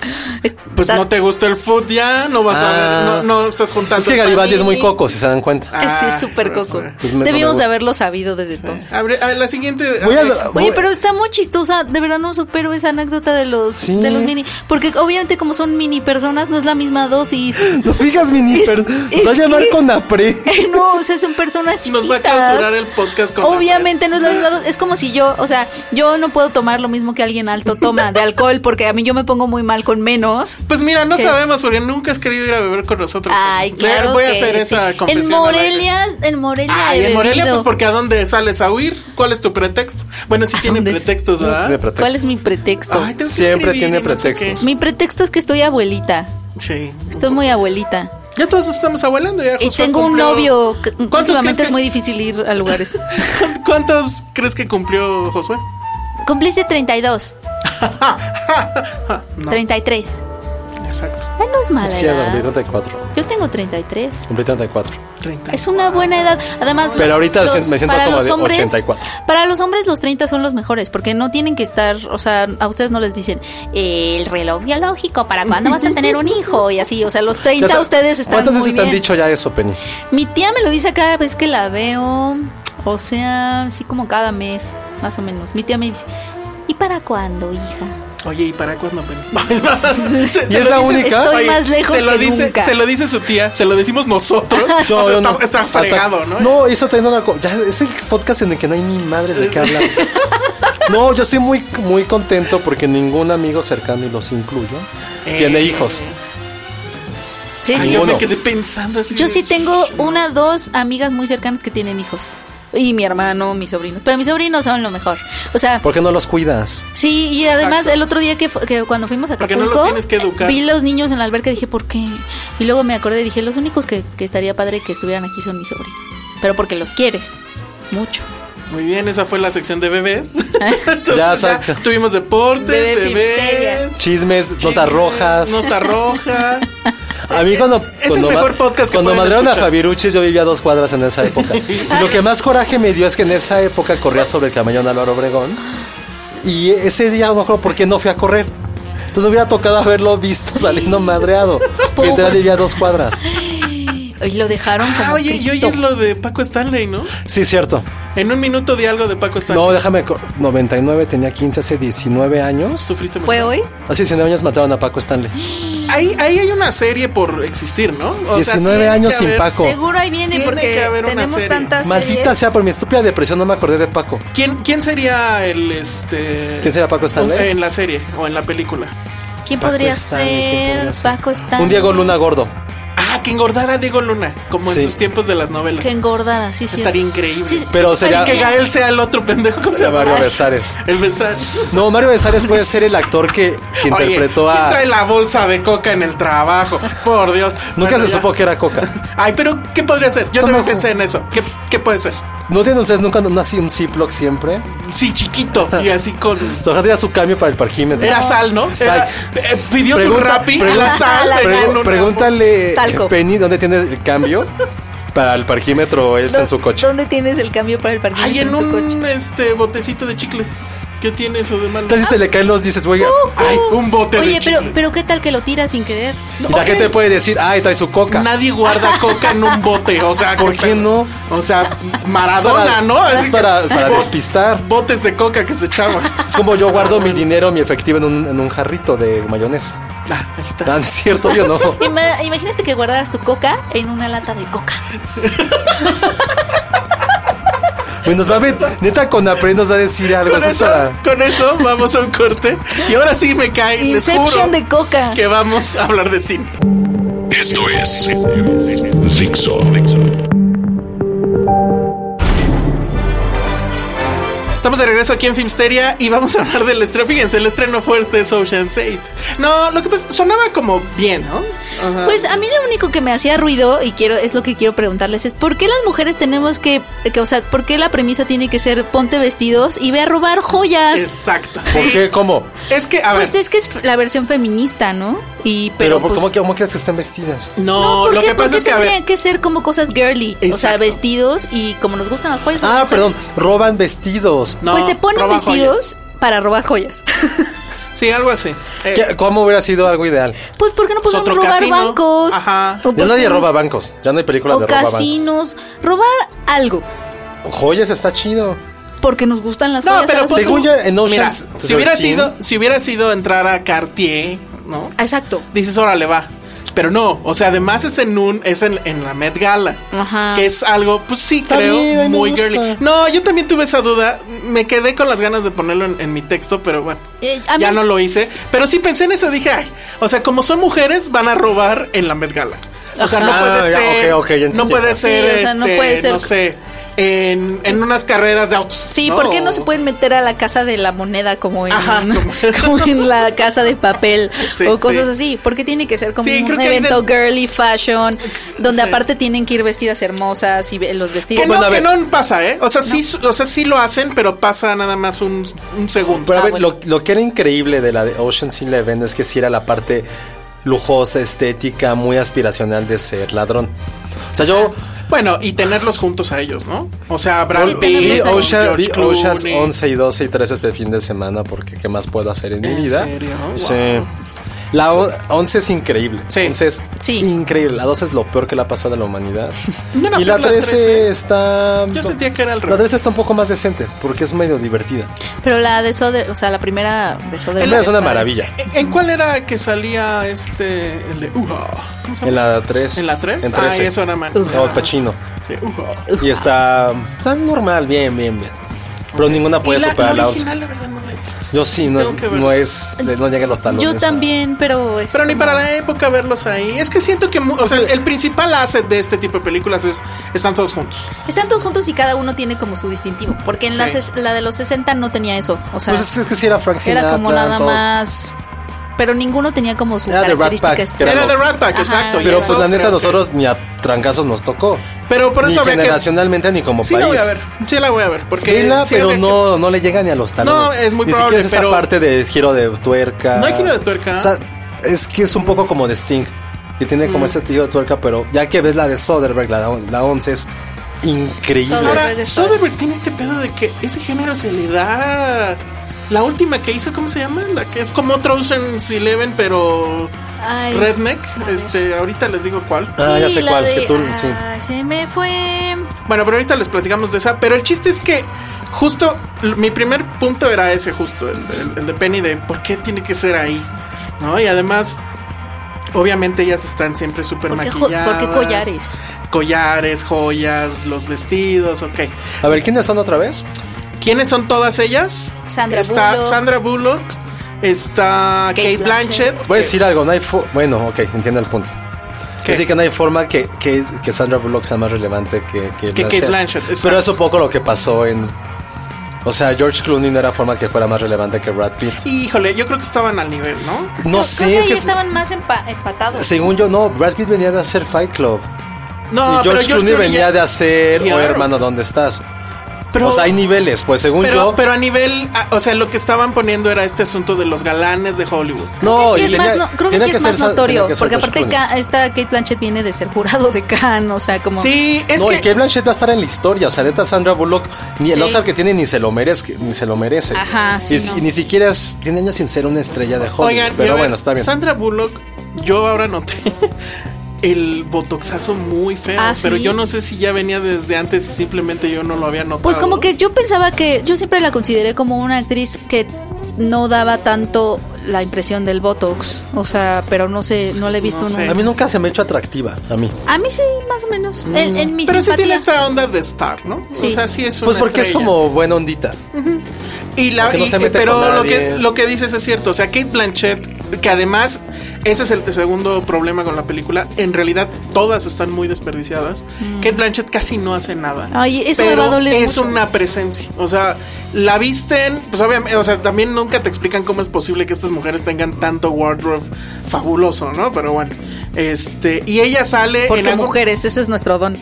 [SPEAKER 4] Pues
[SPEAKER 3] está-
[SPEAKER 4] no te gusta el food ya, no vas
[SPEAKER 2] Ah.
[SPEAKER 4] a ver, no, no estás juntando.
[SPEAKER 2] Es que
[SPEAKER 4] el
[SPEAKER 2] Garibaldi es muy
[SPEAKER 4] panini.
[SPEAKER 2] coco, si se dan cuenta.
[SPEAKER 4] Ah,
[SPEAKER 3] Sí, es súper
[SPEAKER 4] pues,
[SPEAKER 3] coco.
[SPEAKER 4] eh.
[SPEAKER 2] Pues me-
[SPEAKER 3] Debimos
[SPEAKER 2] me gusta.
[SPEAKER 3] haberlo sabido desde entonces.
[SPEAKER 4] A ver, a la siguiente.
[SPEAKER 2] Voy a-
[SPEAKER 4] a ver,
[SPEAKER 2] voy-
[SPEAKER 3] Oye, pero está muy chistosa, de verdad no supero esa anécdota de los
[SPEAKER 2] Sí.
[SPEAKER 3] de los mini, porque obviamente como son mini personas no es la misma dosis.
[SPEAKER 2] No digas mini,
[SPEAKER 3] Es-
[SPEAKER 2] pero
[SPEAKER 3] es ¿Ah?
[SPEAKER 2] va a llamar
[SPEAKER 3] que-
[SPEAKER 2] con apre.
[SPEAKER 3] no, o sea, son personas chiquitas.
[SPEAKER 4] Nos va a clausurar el podcast con
[SPEAKER 3] Obviamente no es la misma dosis, es como si yo, o sea, yo no puedo tomar lo mismo que alguien alto toma de alcohol porque a mí yo me pongo muy mal con menos.
[SPEAKER 4] Pues mira, no
[SPEAKER 3] ¿Qué?
[SPEAKER 4] sabemos porque nunca has querido ir a beber con nosotros.
[SPEAKER 3] Ay,
[SPEAKER 4] Voy a-
[SPEAKER 3] claro
[SPEAKER 4] Voy a
[SPEAKER 3] que
[SPEAKER 4] hacer esa
[SPEAKER 3] sí.
[SPEAKER 4] confesión.
[SPEAKER 3] En
[SPEAKER 4] al aire.
[SPEAKER 3] Morelia, en Morelia
[SPEAKER 4] Ay,
[SPEAKER 3] he
[SPEAKER 4] en Morelia,
[SPEAKER 3] bebido.
[SPEAKER 4] pues porque ¿a dónde sales a huir? ¿Cuál es tu pretexto? Bueno, sí tienen
[SPEAKER 3] dónde es?
[SPEAKER 4] pretextos,
[SPEAKER 2] Tiene
[SPEAKER 4] ¿verdad?
[SPEAKER 2] pretextos.
[SPEAKER 3] ¿Cuál es mi pretexto?
[SPEAKER 4] Ay, pues, tengo que
[SPEAKER 2] Siempre
[SPEAKER 4] escribir
[SPEAKER 2] tiene
[SPEAKER 4] y no sé qué.
[SPEAKER 2] pretextos.
[SPEAKER 3] Mi pretexto es que estoy abuelita.
[SPEAKER 4] Sí.
[SPEAKER 3] Estoy muy abuelita.
[SPEAKER 4] Ya todos estamos abuelando. Ya
[SPEAKER 3] Y
[SPEAKER 4] Josué
[SPEAKER 3] tengo un
[SPEAKER 4] Pues, cumplió-
[SPEAKER 3] novio. que
[SPEAKER 4] ¿Cuántos crees
[SPEAKER 3] Últimamente
[SPEAKER 4] que-
[SPEAKER 3] es muy difícil ir a lugares.
[SPEAKER 4] ¿Cuántos crees que cumplió Josué?
[SPEAKER 3] Cumpliste 32, 33.
[SPEAKER 4] Exacto.
[SPEAKER 3] Ah, no es mala
[SPEAKER 2] Sí,
[SPEAKER 3] edad.
[SPEAKER 2] cumplí 34.
[SPEAKER 3] Yo tengo 33.
[SPEAKER 2] Cumplí 34.
[SPEAKER 4] 30.
[SPEAKER 3] Es una buena edad. Además,
[SPEAKER 2] Pero ahorita
[SPEAKER 3] los-
[SPEAKER 2] me siento
[SPEAKER 3] para
[SPEAKER 2] como
[SPEAKER 3] los
[SPEAKER 2] de
[SPEAKER 3] hombres,
[SPEAKER 2] 84.
[SPEAKER 3] Para los hombres los 30 son los mejores, porque no tienen que estar, o sea, a ustedes no les dicen "Eh, el reloj biológico, ¿para cuándo vas a tener un hijo? Y así, o sea, los 30
[SPEAKER 2] Ya te-
[SPEAKER 3] ustedes están
[SPEAKER 2] ¿Cuántas
[SPEAKER 3] muy
[SPEAKER 2] veces te han
[SPEAKER 3] bien.
[SPEAKER 2] dicho ya eso, Penny?
[SPEAKER 3] Mi tía me lo dice cada vez que la veo, o sea, así como cada mes, más o menos. Mi tía me dice, ¿y para cuándo, hija?
[SPEAKER 4] Oye, ¿y para cuándo? Penny? Se-
[SPEAKER 2] ¿Y
[SPEAKER 4] se
[SPEAKER 2] es
[SPEAKER 4] lo
[SPEAKER 2] la
[SPEAKER 4] dices-
[SPEAKER 2] única?
[SPEAKER 3] Estoy más lejos
[SPEAKER 4] se lo
[SPEAKER 3] que
[SPEAKER 4] dice,
[SPEAKER 3] nunca.
[SPEAKER 4] Se lo dice su tía, se lo decimos nosotros.
[SPEAKER 2] No, yo
[SPEAKER 4] está,
[SPEAKER 2] no.
[SPEAKER 4] está
[SPEAKER 2] Hasta-
[SPEAKER 4] fregado, ¿no?
[SPEAKER 2] No, eso también no la co- ya es el podcast en el que no hay ni madres de qué hablar. No, yo estoy muy, muy contento porque ningún amigo cercano, y los incluyo,
[SPEAKER 4] Eh,
[SPEAKER 2] tiene hijos.
[SPEAKER 3] Sí,
[SPEAKER 4] Ay,
[SPEAKER 3] sí.
[SPEAKER 4] yo me
[SPEAKER 2] Ninguno.
[SPEAKER 4] quedé pensando así.
[SPEAKER 3] Yo
[SPEAKER 4] de-
[SPEAKER 3] sí tengo una, dos amigas muy cercanas que tienen hijos. Y mi hermano, mis sobrinos. Pero mis sobrinos son lo mejor. O sea,
[SPEAKER 2] ¿Por qué no los cuidas?
[SPEAKER 3] sí, y además
[SPEAKER 4] Exacto.
[SPEAKER 3] el otro día que, fu- que cuando fuimos a
[SPEAKER 4] Porque no
[SPEAKER 3] Acapulco,
[SPEAKER 4] los tienes que educar.
[SPEAKER 3] vi los niños en la alberca y dije, ¿por qué? Y luego me acordé y dije, los únicos que, que estaría padre que estuvieran aquí son mis sobrinos. Pero porque los quieres. Mucho.
[SPEAKER 4] Muy bien, esa fue la sección de bebés.
[SPEAKER 2] Ya,
[SPEAKER 4] Entonces, ya
[SPEAKER 2] exacto.
[SPEAKER 4] tuvimos deportes,
[SPEAKER 3] Bebé Filmsteria.
[SPEAKER 4] bebés.
[SPEAKER 2] Chismes, notas rojas.
[SPEAKER 4] Nota roja.
[SPEAKER 2] A mí cuando,
[SPEAKER 4] Es
[SPEAKER 2] cuando
[SPEAKER 4] el
[SPEAKER 2] ma-
[SPEAKER 4] mejor podcast que
[SPEAKER 2] cuando
[SPEAKER 4] pueden
[SPEAKER 2] madrearon a
[SPEAKER 4] escuchar.
[SPEAKER 2] Fabiruchis yo vivía a dos cuadras en esa época. Y lo que más coraje me dio es que en esa época corría sobre el camellón Álvaro Obregón. Y ese día no me acuerdo por qué no fui a correr. Entonces me hubiera tocado haberlo visto saliendo madreado.
[SPEAKER 3] Pobre.
[SPEAKER 2] Literal, vivía a dos cuadras.
[SPEAKER 3] Y lo dejaron como
[SPEAKER 4] Ah, oye, y
[SPEAKER 3] Cristo.
[SPEAKER 4] hoy es lo de Paco Stanley, ¿no?
[SPEAKER 2] Sí, cierto.
[SPEAKER 4] En un minuto di algo de Paco Stanley.
[SPEAKER 2] No, déjame. co- 99, tenía 15, hace 19 años.
[SPEAKER 4] Sufriste mucho.
[SPEAKER 3] ¿Fue hoy?
[SPEAKER 2] Hace 19 años mataron a Paco Stanley.
[SPEAKER 4] Ahí, ahí hay una serie por existir, ¿no? O sea,
[SPEAKER 2] 19
[SPEAKER 4] tiene
[SPEAKER 2] años
[SPEAKER 4] que
[SPEAKER 2] sin
[SPEAKER 4] haber-
[SPEAKER 2] Paco.
[SPEAKER 3] Seguro ahí viene
[SPEAKER 4] Tiene que
[SPEAKER 3] porque
[SPEAKER 4] haber una
[SPEAKER 3] tenemos
[SPEAKER 4] serie.
[SPEAKER 3] tantas
[SPEAKER 2] Maldita
[SPEAKER 3] series.
[SPEAKER 2] sea, por mi estúpida depresión no me acordé de Paco.
[SPEAKER 4] ¿Quién, quién sería el este.
[SPEAKER 2] ¿Quién sería Paco Stanley?
[SPEAKER 4] En la serie o en la película.
[SPEAKER 3] ¿Quién
[SPEAKER 2] Paco
[SPEAKER 3] podría
[SPEAKER 2] Stanley, ¿quién podría
[SPEAKER 3] ser
[SPEAKER 2] ser?
[SPEAKER 3] Paco Stanley?
[SPEAKER 2] Un Diego Luna gordo.
[SPEAKER 4] Ah, que engordara Diego Luna, como
[SPEAKER 2] Sí.
[SPEAKER 4] en sus tiempos de las novelas.
[SPEAKER 3] Que engordara, sí, sí.
[SPEAKER 4] Estaría increíble.
[SPEAKER 3] Sí, sí,
[SPEAKER 2] Pero
[SPEAKER 3] sí,
[SPEAKER 2] sería-
[SPEAKER 4] Y que
[SPEAKER 3] parecía-
[SPEAKER 4] Gael sea el otro pendejo. ¿Cómo se
[SPEAKER 2] De
[SPEAKER 4] llama?
[SPEAKER 2] Mario Besares.
[SPEAKER 4] El mensaje.
[SPEAKER 2] No, Mario Besares puede ser el actor que, que
[SPEAKER 4] Oye,
[SPEAKER 2] interpretó
[SPEAKER 4] ¿quién
[SPEAKER 2] a.
[SPEAKER 4] trae la bolsa de coca en el trabajo? Por Dios.
[SPEAKER 2] Nunca
[SPEAKER 4] Bueno,
[SPEAKER 2] se
[SPEAKER 4] ya.
[SPEAKER 2] supo que era Coca.
[SPEAKER 4] Ay, pero ¿qué podría ser? Yo
[SPEAKER 2] Toma
[SPEAKER 4] también pensé en eso. ¿Qué, qué puede ser?
[SPEAKER 2] ¿No tienen ustedes nunca nací un Ziploc siempre?
[SPEAKER 4] Sí, chiquito y así con.
[SPEAKER 2] Ojalá tenía su cambio para el parquímetro.
[SPEAKER 4] Era sal, ¿no? Era- eh, pidió su
[SPEAKER 2] Pregunta-
[SPEAKER 4] rapi,
[SPEAKER 2] pregunta-
[SPEAKER 4] la sal.
[SPEAKER 3] la
[SPEAKER 4] le
[SPEAKER 3] sal.
[SPEAKER 4] dieron
[SPEAKER 2] Pregu-
[SPEAKER 4] una
[SPEAKER 2] pregúntale, eh,
[SPEAKER 3] Talco.
[SPEAKER 2] Penny, ¿dónde tiene el cambio para el parquímetro él en su coche?
[SPEAKER 3] ¿Dónde tienes el cambio para el parquímetro
[SPEAKER 4] Hay en
[SPEAKER 3] tu coche?
[SPEAKER 4] un este botecito de chicles. ¿Qué tiene eso de malo? Ah,
[SPEAKER 2] Entonces se le caen los dices, güey.
[SPEAKER 4] Ay, un bote de
[SPEAKER 3] Uh, Oye, pero,
[SPEAKER 4] chicles.
[SPEAKER 3] pero ¿qué tal que lo tiras sin querer?
[SPEAKER 2] Y la gente puede decir, ay, trae su coca.
[SPEAKER 4] Nadie guarda coca en un bote, o sea,
[SPEAKER 2] ¿Por
[SPEAKER 4] que-
[SPEAKER 2] qué no?
[SPEAKER 4] O sea, Maradona,
[SPEAKER 2] Para-
[SPEAKER 4] ¿no? Así que-
[SPEAKER 2] para- para
[SPEAKER 4] bo-
[SPEAKER 2] despistar.
[SPEAKER 4] Botes de coca que se echaba.
[SPEAKER 2] Es como yo guardo mi dinero, mi efectivo en un, en un jarrito de mayonesa.
[SPEAKER 4] Ah, ahí está.
[SPEAKER 2] Tan cierto, yo no.
[SPEAKER 3] Ima- Imagínate que guardaras tu coca en una lata de coca.
[SPEAKER 2] Bueno, Pues nos va a ver, neta con Apre nos va a decir algo.
[SPEAKER 4] Con
[SPEAKER 2] así
[SPEAKER 4] eso,
[SPEAKER 2] para-
[SPEAKER 4] con eso vamos a un corte. Y ahora sí me cae. les juro
[SPEAKER 3] Inception de coca.
[SPEAKER 4] que vamos a hablar de cine.
[SPEAKER 1] Esto es Dixo.
[SPEAKER 4] Estamos de regreso aquí en Filmsteria y vamos a hablar del estreno. Fíjense, el estreno fuerte es Ocean's 8. No, lo que pasa, sonaba como bien, ¿no? Ajá.
[SPEAKER 3] Pues a mí lo único que me hacía ruido y quiero es lo que quiero preguntarles es por qué las mujeres tenemos que, que, o sea, por qué la premisa tiene que ser ponte vestidos y ve a robar joyas.
[SPEAKER 4] Exacto.
[SPEAKER 2] ¿Por
[SPEAKER 4] Sí.
[SPEAKER 2] qué? ¿Cómo?
[SPEAKER 4] Es que, a ver.
[SPEAKER 3] Pues es que es la versión feminista, ¿no? Y
[SPEAKER 2] Pero,
[SPEAKER 3] pero,
[SPEAKER 2] ¿por-
[SPEAKER 3] pues,
[SPEAKER 2] ¿cómo, que- ¿cómo crees que estén vestidas?
[SPEAKER 4] No,
[SPEAKER 3] ¿por
[SPEAKER 4] lo
[SPEAKER 3] qué?
[SPEAKER 4] que
[SPEAKER 3] ¿Por
[SPEAKER 4] pasa
[SPEAKER 3] qué
[SPEAKER 4] es que, a ver.
[SPEAKER 3] tendrían que ser como cosas girly, o sea,
[SPEAKER 4] Exacto.
[SPEAKER 3] vestidos y como nos gustan las joyas. a las
[SPEAKER 2] Ah,
[SPEAKER 3] mujeres,
[SPEAKER 2] perdón, roban vestidos.
[SPEAKER 4] No,
[SPEAKER 3] pues se ponen
[SPEAKER 4] roban
[SPEAKER 3] vestidos
[SPEAKER 4] joyas.
[SPEAKER 3] para robar joyas.
[SPEAKER 4] Sí, algo así. Eh,
[SPEAKER 2] ¿Qué- ¿Cómo hubiera sido algo ideal?
[SPEAKER 3] Pues, ¿por qué no
[SPEAKER 4] Pues
[SPEAKER 3] podemos
[SPEAKER 4] otro
[SPEAKER 3] robar
[SPEAKER 4] casino.
[SPEAKER 3] bancos?
[SPEAKER 4] Ajá.
[SPEAKER 3] O
[SPEAKER 2] Ya
[SPEAKER 3] por
[SPEAKER 2] nadie
[SPEAKER 3] qué-
[SPEAKER 2] roba bancos. Ya no hay películas
[SPEAKER 3] pues O
[SPEAKER 2] de roba bancos.
[SPEAKER 3] casinos. Robar algo.
[SPEAKER 2] Joyas está chido.
[SPEAKER 3] Porque nos gustan las
[SPEAKER 4] No,
[SPEAKER 3] joyas. a
[SPEAKER 4] pero
[SPEAKER 3] las
[SPEAKER 4] pon
[SPEAKER 2] Según
[SPEAKER 4] tú-
[SPEAKER 2] yo, en
[SPEAKER 4] mira,
[SPEAKER 2] Ocean's
[SPEAKER 4] si hubiera
[SPEAKER 2] 13.
[SPEAKER 4] sido, si hubiera sido entrar a Cartier, ¿no?
[SPEAKER 3] Ah, Exacto.
[SPEAKER 4] Dices, órale, va. Pero no, o sea, además es en un, es en, en la Met Gala.
[SPEAKER 3] Ajá.
[SPEAKER 4] Que es algo, pues sí,
[SPEAKER 2] Está
[SPEAKER 4] creo,
[SPEAKER 2] bien, a mí me
[SPEAKER 4] muy
[SPEAKER 2] gusta.
[SPEAKER 4] girly. No, yo también tuve esa duda. Me quedé con las ganas de ponerlo en, en mi texto, pero bueno.
[SPEAKER 3] Eh, a
[SPEAKER 4] ya
[SPEAKER 3] mí-
[SPEAKER 4] no lo hice. Pero sí pensé en eso, dije, ay, o sea, como son mujeres, van a robar en la Met Gala. O sea,
[SPEAKER 2] Ajá.
[SPEAKER 4] no
[SPEAKER 2] Ah,
[SPEAKER 4] puede
[SPEAKER 2] ya,
[SPEAKER 4] ser.
[SPEAKER 2] ok, ok, ya
[SPEAKER 4] no
[SPEAKER 2] entendí.
[SPEAKER 4] puede
[SPEAKER 3] Sí,
[SPEAKER 4] ser,
[SPEAKER 3] o sea, no
[SPEAKER 4] este,
[SPEAKER 3] puede ser-
[SPEAKER 4] no sé, en, en unas carreras de autos.
[SPEAKER 3] Sí, ¿por qué no se pueden meter a la casa de la moneda como en,
[SPEAKER 4] Ajá, como-
[SPEAKER 3] como en la casa de papel
[SPEAKER 4] Sí,
[SPEAKER 3] o cosas
[SPEAKER 4] sí.
[SPEAKER 3] así? ¿Por qué tiene que ser como
[SPEAKER 4] Sí,
[SPEAKER 3] un
[SPEAKER 4] creo que hay
[SPEAKER 3] evento
[SPEAKER 4] de-
[SPEAKER 3] girly fashion donde
[SPEAKER 4] Sí.
[SPEAKER 3] aparte tienen que ir vestidas hermosas y ve- los vestidos?
[SPEAKER 4] Que no,
[SPEAKER 2] a
[SPEAKER 4] que
[SPEAKER 2] ver.
[SPEAKER 4] no pasa, ¿eh? O sea, sí, su- o sea, sí lo hacen, pero pasa nada más un, un segundo.
[SPEAKER 2] Pero a
[SPEAKER 3] Ah,
[SPEAKER 2] ver,
[SPEAKER 3] bueno.
[SPEAKER 2] lo, lo que era increíble de la de Ocean's Eleven es que sí era la parte lujosa, estética, muy aspiracional de ser ladrón. O sea, yo
[SPEAKER 4] Bueno, y tenerlos juntos a ellos, ¿no? O sea, Brad
[SPEAKER 3] Sí,
[SPEAKER 4] Pitt,
[SPEAKER 2] vi,
[SPEAKER 3] tenemos a-
[SPEAKER 2] Ocean- vi
[SPEAKER 4] George Clooney.
[SPEAKER 2] Ocean's 11 y 12 y 13 este fin de semana porque ¿qué más puedo hacer en mi vida?
[SPEAKER 4] serio?
[SPEAKER 2] Sí.
[SPEAKER 4] Wow.
[SPEAKER 2] La o- 11 es increíble.
[SPEAKER 4] Sí.
[SPEAKER 2] 11 es
[SPEAKER 3] Sí.
[SPEAKER 2] increíble. La 12 es lo peor que le ha pasado a la humanidad.
[SPEAKER 4] No era
[SPEAKER 2] y la
[SPEAKER 4] peor la
[SPEAKER 2] 13,
[SPEAKER 4] 13.
[SPEAKER 2] está...
[SPEAKER 4] Yo sentía que era al
[SPEAKER 2] La
[SPEAKER 4] revés.
[SPEAKER 2] 13 está un poco más decente porque es medio divertida.
[SPEAKER 3] Pero la de Soder, o sea, la primera de Soder.
[SPEAKER 2] Es una maravilla.
[SPEAKER 4] ¿En- ¿En cuál era que salía este, el de Uha? ¿Cómo se
[SPEAKER 2] En
[SPEAKER 4] llama?
[SPEAKER 2] la 3.
[SPEAKER 4] ¿En la 3?
[SPEAKER 2] En
[SPEAKER 4] Ah,
[SPEAKER 2] 13.
[SPEAKER 4] eso era man.
[SPEAKER 3] Uha.
[SPEAKER 2] No, Pachino.
[SPEAKER 4] Sí, Uha.
[SPEAKER 2] Y está, está normal, bien, bien, bien. Pero ninguna
[SPEAKER 4] Y
[SPEAKER 2] puede
[SPEAKER 4] la,
[SPEAKER 2] superar
[SPEAKER 4] la
[SPEAKER 2] la 11.
[SPEAKER 4] original, la verdad, no la he visto.
[SPEAKER 2] Yo sí, no
[SPEAKER 4] Tengo que
[SPEAKER 2] es,
[SPEAKER 4] ver.
[SPEAKER 2] no es, no llega a los talones.
[SPEAKER 3] Yo también, pero es
[SPEAKER 4] Pero ni
[SPEAKER 3] como-
[SPEAKER 4] para la época verlos ahí. Es que siento que, mu- o sea, el principal asset de este tipo de películas es están todos juntos.
[SPEAKER 3] Están todos juntos y cada uno tiene como su distintivo. Porque en la,
[SPEAKER 4] Sí.
[SPEAKER 3] ses- la de los 60 no tenía eso. O sea,
[SPEAKER 2] Pues es, es que sí era Frank Sinatra.
[SPEAKER 3] era como nada
[SPEAKER 2] todos-
[SPEAKER 3] más. Pero ninguno tenía como su
[SPEAKER 2] Era de Rat
[SPEAKER 3] característica
[SPEAKER 2] Pack, que
[SPEAKER 3] especial.
[SPEAKER 2] Pero no-
[SPEAKER 4] Era de Rat Pack,
[SPEAKER 3] Ajá,
[SPEAKER 4] exacto. y
[SPEAKER 2] Pero
[SPEAKER 4] eso
[SPEAKER 2] pues la neta,
[SPEAKER 4] creo que-
[SPEAKER 2] nosotros ni a trancazos nos tocó.
[SPEAKER 4] Pero por eso
[SPEAKER 2] ni
[SPEAKER 4] habría que-
[SPEAKER 2] generacionalmente ni como
[SPEAKER 4] Sí
[SPEAKER 2] país.
[SPEAKER 4] la voy a ver. Sí la voy a ver. Porque
[SPEAKER 2] Vela,
[SPEAKER 4] sí
[SPEAKER 2] pero
[SPEAKER 4] habría que-
[SPEAKER 2] no, no le llega ni a los talones.
[SPEAKER 4] No, es muy
[SPEAKER 2] Ni
[SPEAKER 4] probable,
[SPEAKER 2] siquiera es esta
[SPEAKER 4] pero-
[SPEAKER 2] parte de giro de tuerca.
[SPEAKER 4] No hay giro de tuerca.
[SPEAKER 2] O sea, es que es un poco como de Sting. Que tiene
[SPEAKER 4] Mm.
[SPEAKER 2] como ese giro de tuerca, pero ya que ves la de Soderbergh, la, la 11 es increíble.
[SPEAKER 3] Soderbergh.
[SPEAKER 4] Ahora, Soderbergh tiene este pedo de que ese género se le da La última que hizo, ¿cómo se llama? La que es como otro Ocean's Eleven, pero
[SPEAKER 3] Ay.
[SPEAKER 4] redneck. Este, ahorita les digo cuál.
[SPEAKER 2] Ah, ya sé
[SPEAKER 3] la
[SPEAKER 2] cuál,
[SPEAKER 3] de-
[SPEAKER 2] que tú,
[SPEAKER 3] ah,
[SPEAKER 2] sí.
[SPEAKER 3] Se me fue.
[SPEAKER 4] Bueno, pero ahorita les platicamos de esa. Pero el chiste es que justo l- mi primer punto era ese, justo el, el- el de Penny de por qué tiene que ser ahí, ¿no? Y además, obviamente ellas están siempre súper
[SPEAKER 3] Porque, jo-
[SPEAKER 4] maquilladas.
[SPEAKER 3] porque collares.
[SPEAKER 4] Collares, joyas, los vestidos, ok.
[SPEAKER 2] A ver, ¿quiénes son otra vez?
[SPEAKER 4] ¿Quiénes son todas ellas?
[SPEAKER 3] Sandra
[SPEAKER 4] está
[SPEAKER 3] Bullock.
[SPEAKER 4] Sandra Bullock, está Kate,
[SPEAKER 3] Kate
[SPEAKER 4] Blanchett.
[SPEAKER 2] Voy a decir algo, no hay fo- Bueno, ok, entiendo el punto.
[SPEAKER 4] ¿Qué?
[SPEAKER 2] Así que no hay forma que, que- que Sandra Bullock sea más relevante que, que,
[SPEAKER 4] Que Kate Blanchett, exacto.
[SPEAKER 2] Pero es un poco lo que pasó en... O sea, George Clooney no era forma que fuera más relevante que Brad Pitt.
[SPEAKER 4] Híjole, yo creo que estaban al nivel, ¿no?
[SPEAKER 2] No
[SPEAKER 3] Creo- creo
[SPEAKER 2] sé, es
[SPEAKER 3] ahí
[SPEAKER 2] que...
[SPEAKER 3] estaban más empa- empatados.
[SPEAKER 2] Según yo, no, Brad Pitt venía de hacer Fight Club.
[SPEAKER 4] No,
[SPEAKER 2] y George
[SPEAKER 4] Ah, pero
[SPEAKER 2] Clooney venía
[SPEAKER 4] ya-
[SPEAKER 2] de hacer...
[SPEAKER 4] Claro.
[SPEAKER 2] Oh, hermano, ¿dónde estás?
[SPEAKER 4] Pero-
[SPEAKER 2] o sea, hay niveles, pues según
[SPEAKER 4] pero,
[SPEAKER 2] yo...
[SPEAKER 4] pero a nivel, a- o sea, lo que estaban poniendo era este asunto de los galanes de Hollywood.
[SPEAKER 2] no,
[SPEAKER 3] Aquí
[SPEAKER 2] Oh, y
[SPEAKER 3] es
[SPEAKER 2] tenía-
[SPEAKER 3] más, no- creo que
[SPEAKER 2] tenía
[SPEAKER 3] aquí es
[SPEAKER 2] ser
[SPEAKER 3] más
[SPEAKER 2] Sa-
[SPEAKER 3] notorio,
[SPEAKER 2] tenía que ser
[SPEAKER 3] porque
[SPEAKER 2] George
[SPEAKER 3] aparte
[SPEAKER 2] Clooney.
[SPEAKER 3] ca- esta Kate Blanchett viene de ser jurado de Cannes, o sea, como...
[SPEAKER 4] Sí, es
[SPEAKER 2] no,
[SPEAKER 4] que,
[SPEAKER 2] y que Blanchett va a estar en la historia. O sea, neta, Sandra Bullock, ni el
[SPEAKER 3] Sí.
[SPEAKER 2] Oscar que tiene ni se lo merece. Ni se lo merece.
[SPEAKER 3] Ajá, sí,
[SPEAKER 2] Y si-
[SPEAKER 3] no.
[SPEAKER 2] y ni siquiera es- tiene años sin ser una estrella de Hollywood.
[SPEAKER 4] oigan, y a
[SPEAKER 2] pero
[SPEAKER 4] ver,
[SPEAKER 2] bueno, está bien.
[SPEAKER 4] Sandra Bullock, yo ahora noté el botoxazo muy feo,
[SPEAKER 3] Ah, sí.
[SPEAKER 4] pero yo no sé si ya venía desde antes y simplemente yo no lo había notado.
[SPEAKER 3] Pues como que yo pensaba que yo siempre la consideré como una actriz que no daba tanto la impresión del botox, o sea, pero no sé, no la he visto
[SPEAKER 4] No sé.
[SPEAKER 2] A
[SPEAKER 3] nunca.
[SPEAKER 2] mí nunca se me ha hecho atractiva. A mí.
[SPEAKER 3] A mí sí, más o menos. En, en mi
[SPEAKER 4] Pero sí
[SPEAKER 3] simpatía.
[SPEAKER 4] tiene esta onda de star, ¿no? O
[SPEAKER 3] Sí.
[SPEAKER 4] sea, sí es una
[SPEAKER 2] Pues porque es
[SPEAKER 4] estrella.
[SPEAKER 2] como buena ondita.
[SPEAKER 4] Y la,
[SPEAKER 2] Porque no
[SPEAKER 4] y-
[SPEAKER 2] se mete
[SPEAKER 4] pero
[SPEAKER 2] con
[SPEAKER 4] lo
[SPEAKER 2] nadie.
[SPEAKER 4] que, lo que dices es cierto. O sea, Kate Blanchett, que además, ese es el te- segundo problema con la película. En realidad, todas están muy desperdiciadas. Kate Blanchett casi no hace nada.
[SPEAKER 3] Mm. Ay, eso me
[SPEAKER 4] Pero
[SPEAKER 3] va a doler
[SPEAKER 4] Es
[SPEAKER 3] mucho.
[SPEAKER 4] una presencia. O sea, la visten. Pues obviamente, o sea, también nunca te explican cómo es posible que estas mujeres tengan tanto wardrobe fabuloso, ¿no? Pero bueno. Este, y ella sale en
[SPEAKER 3] Porque
[SPEAKER 4] algún,
[SPEAKER 3] mujeres, ese es nuestro don.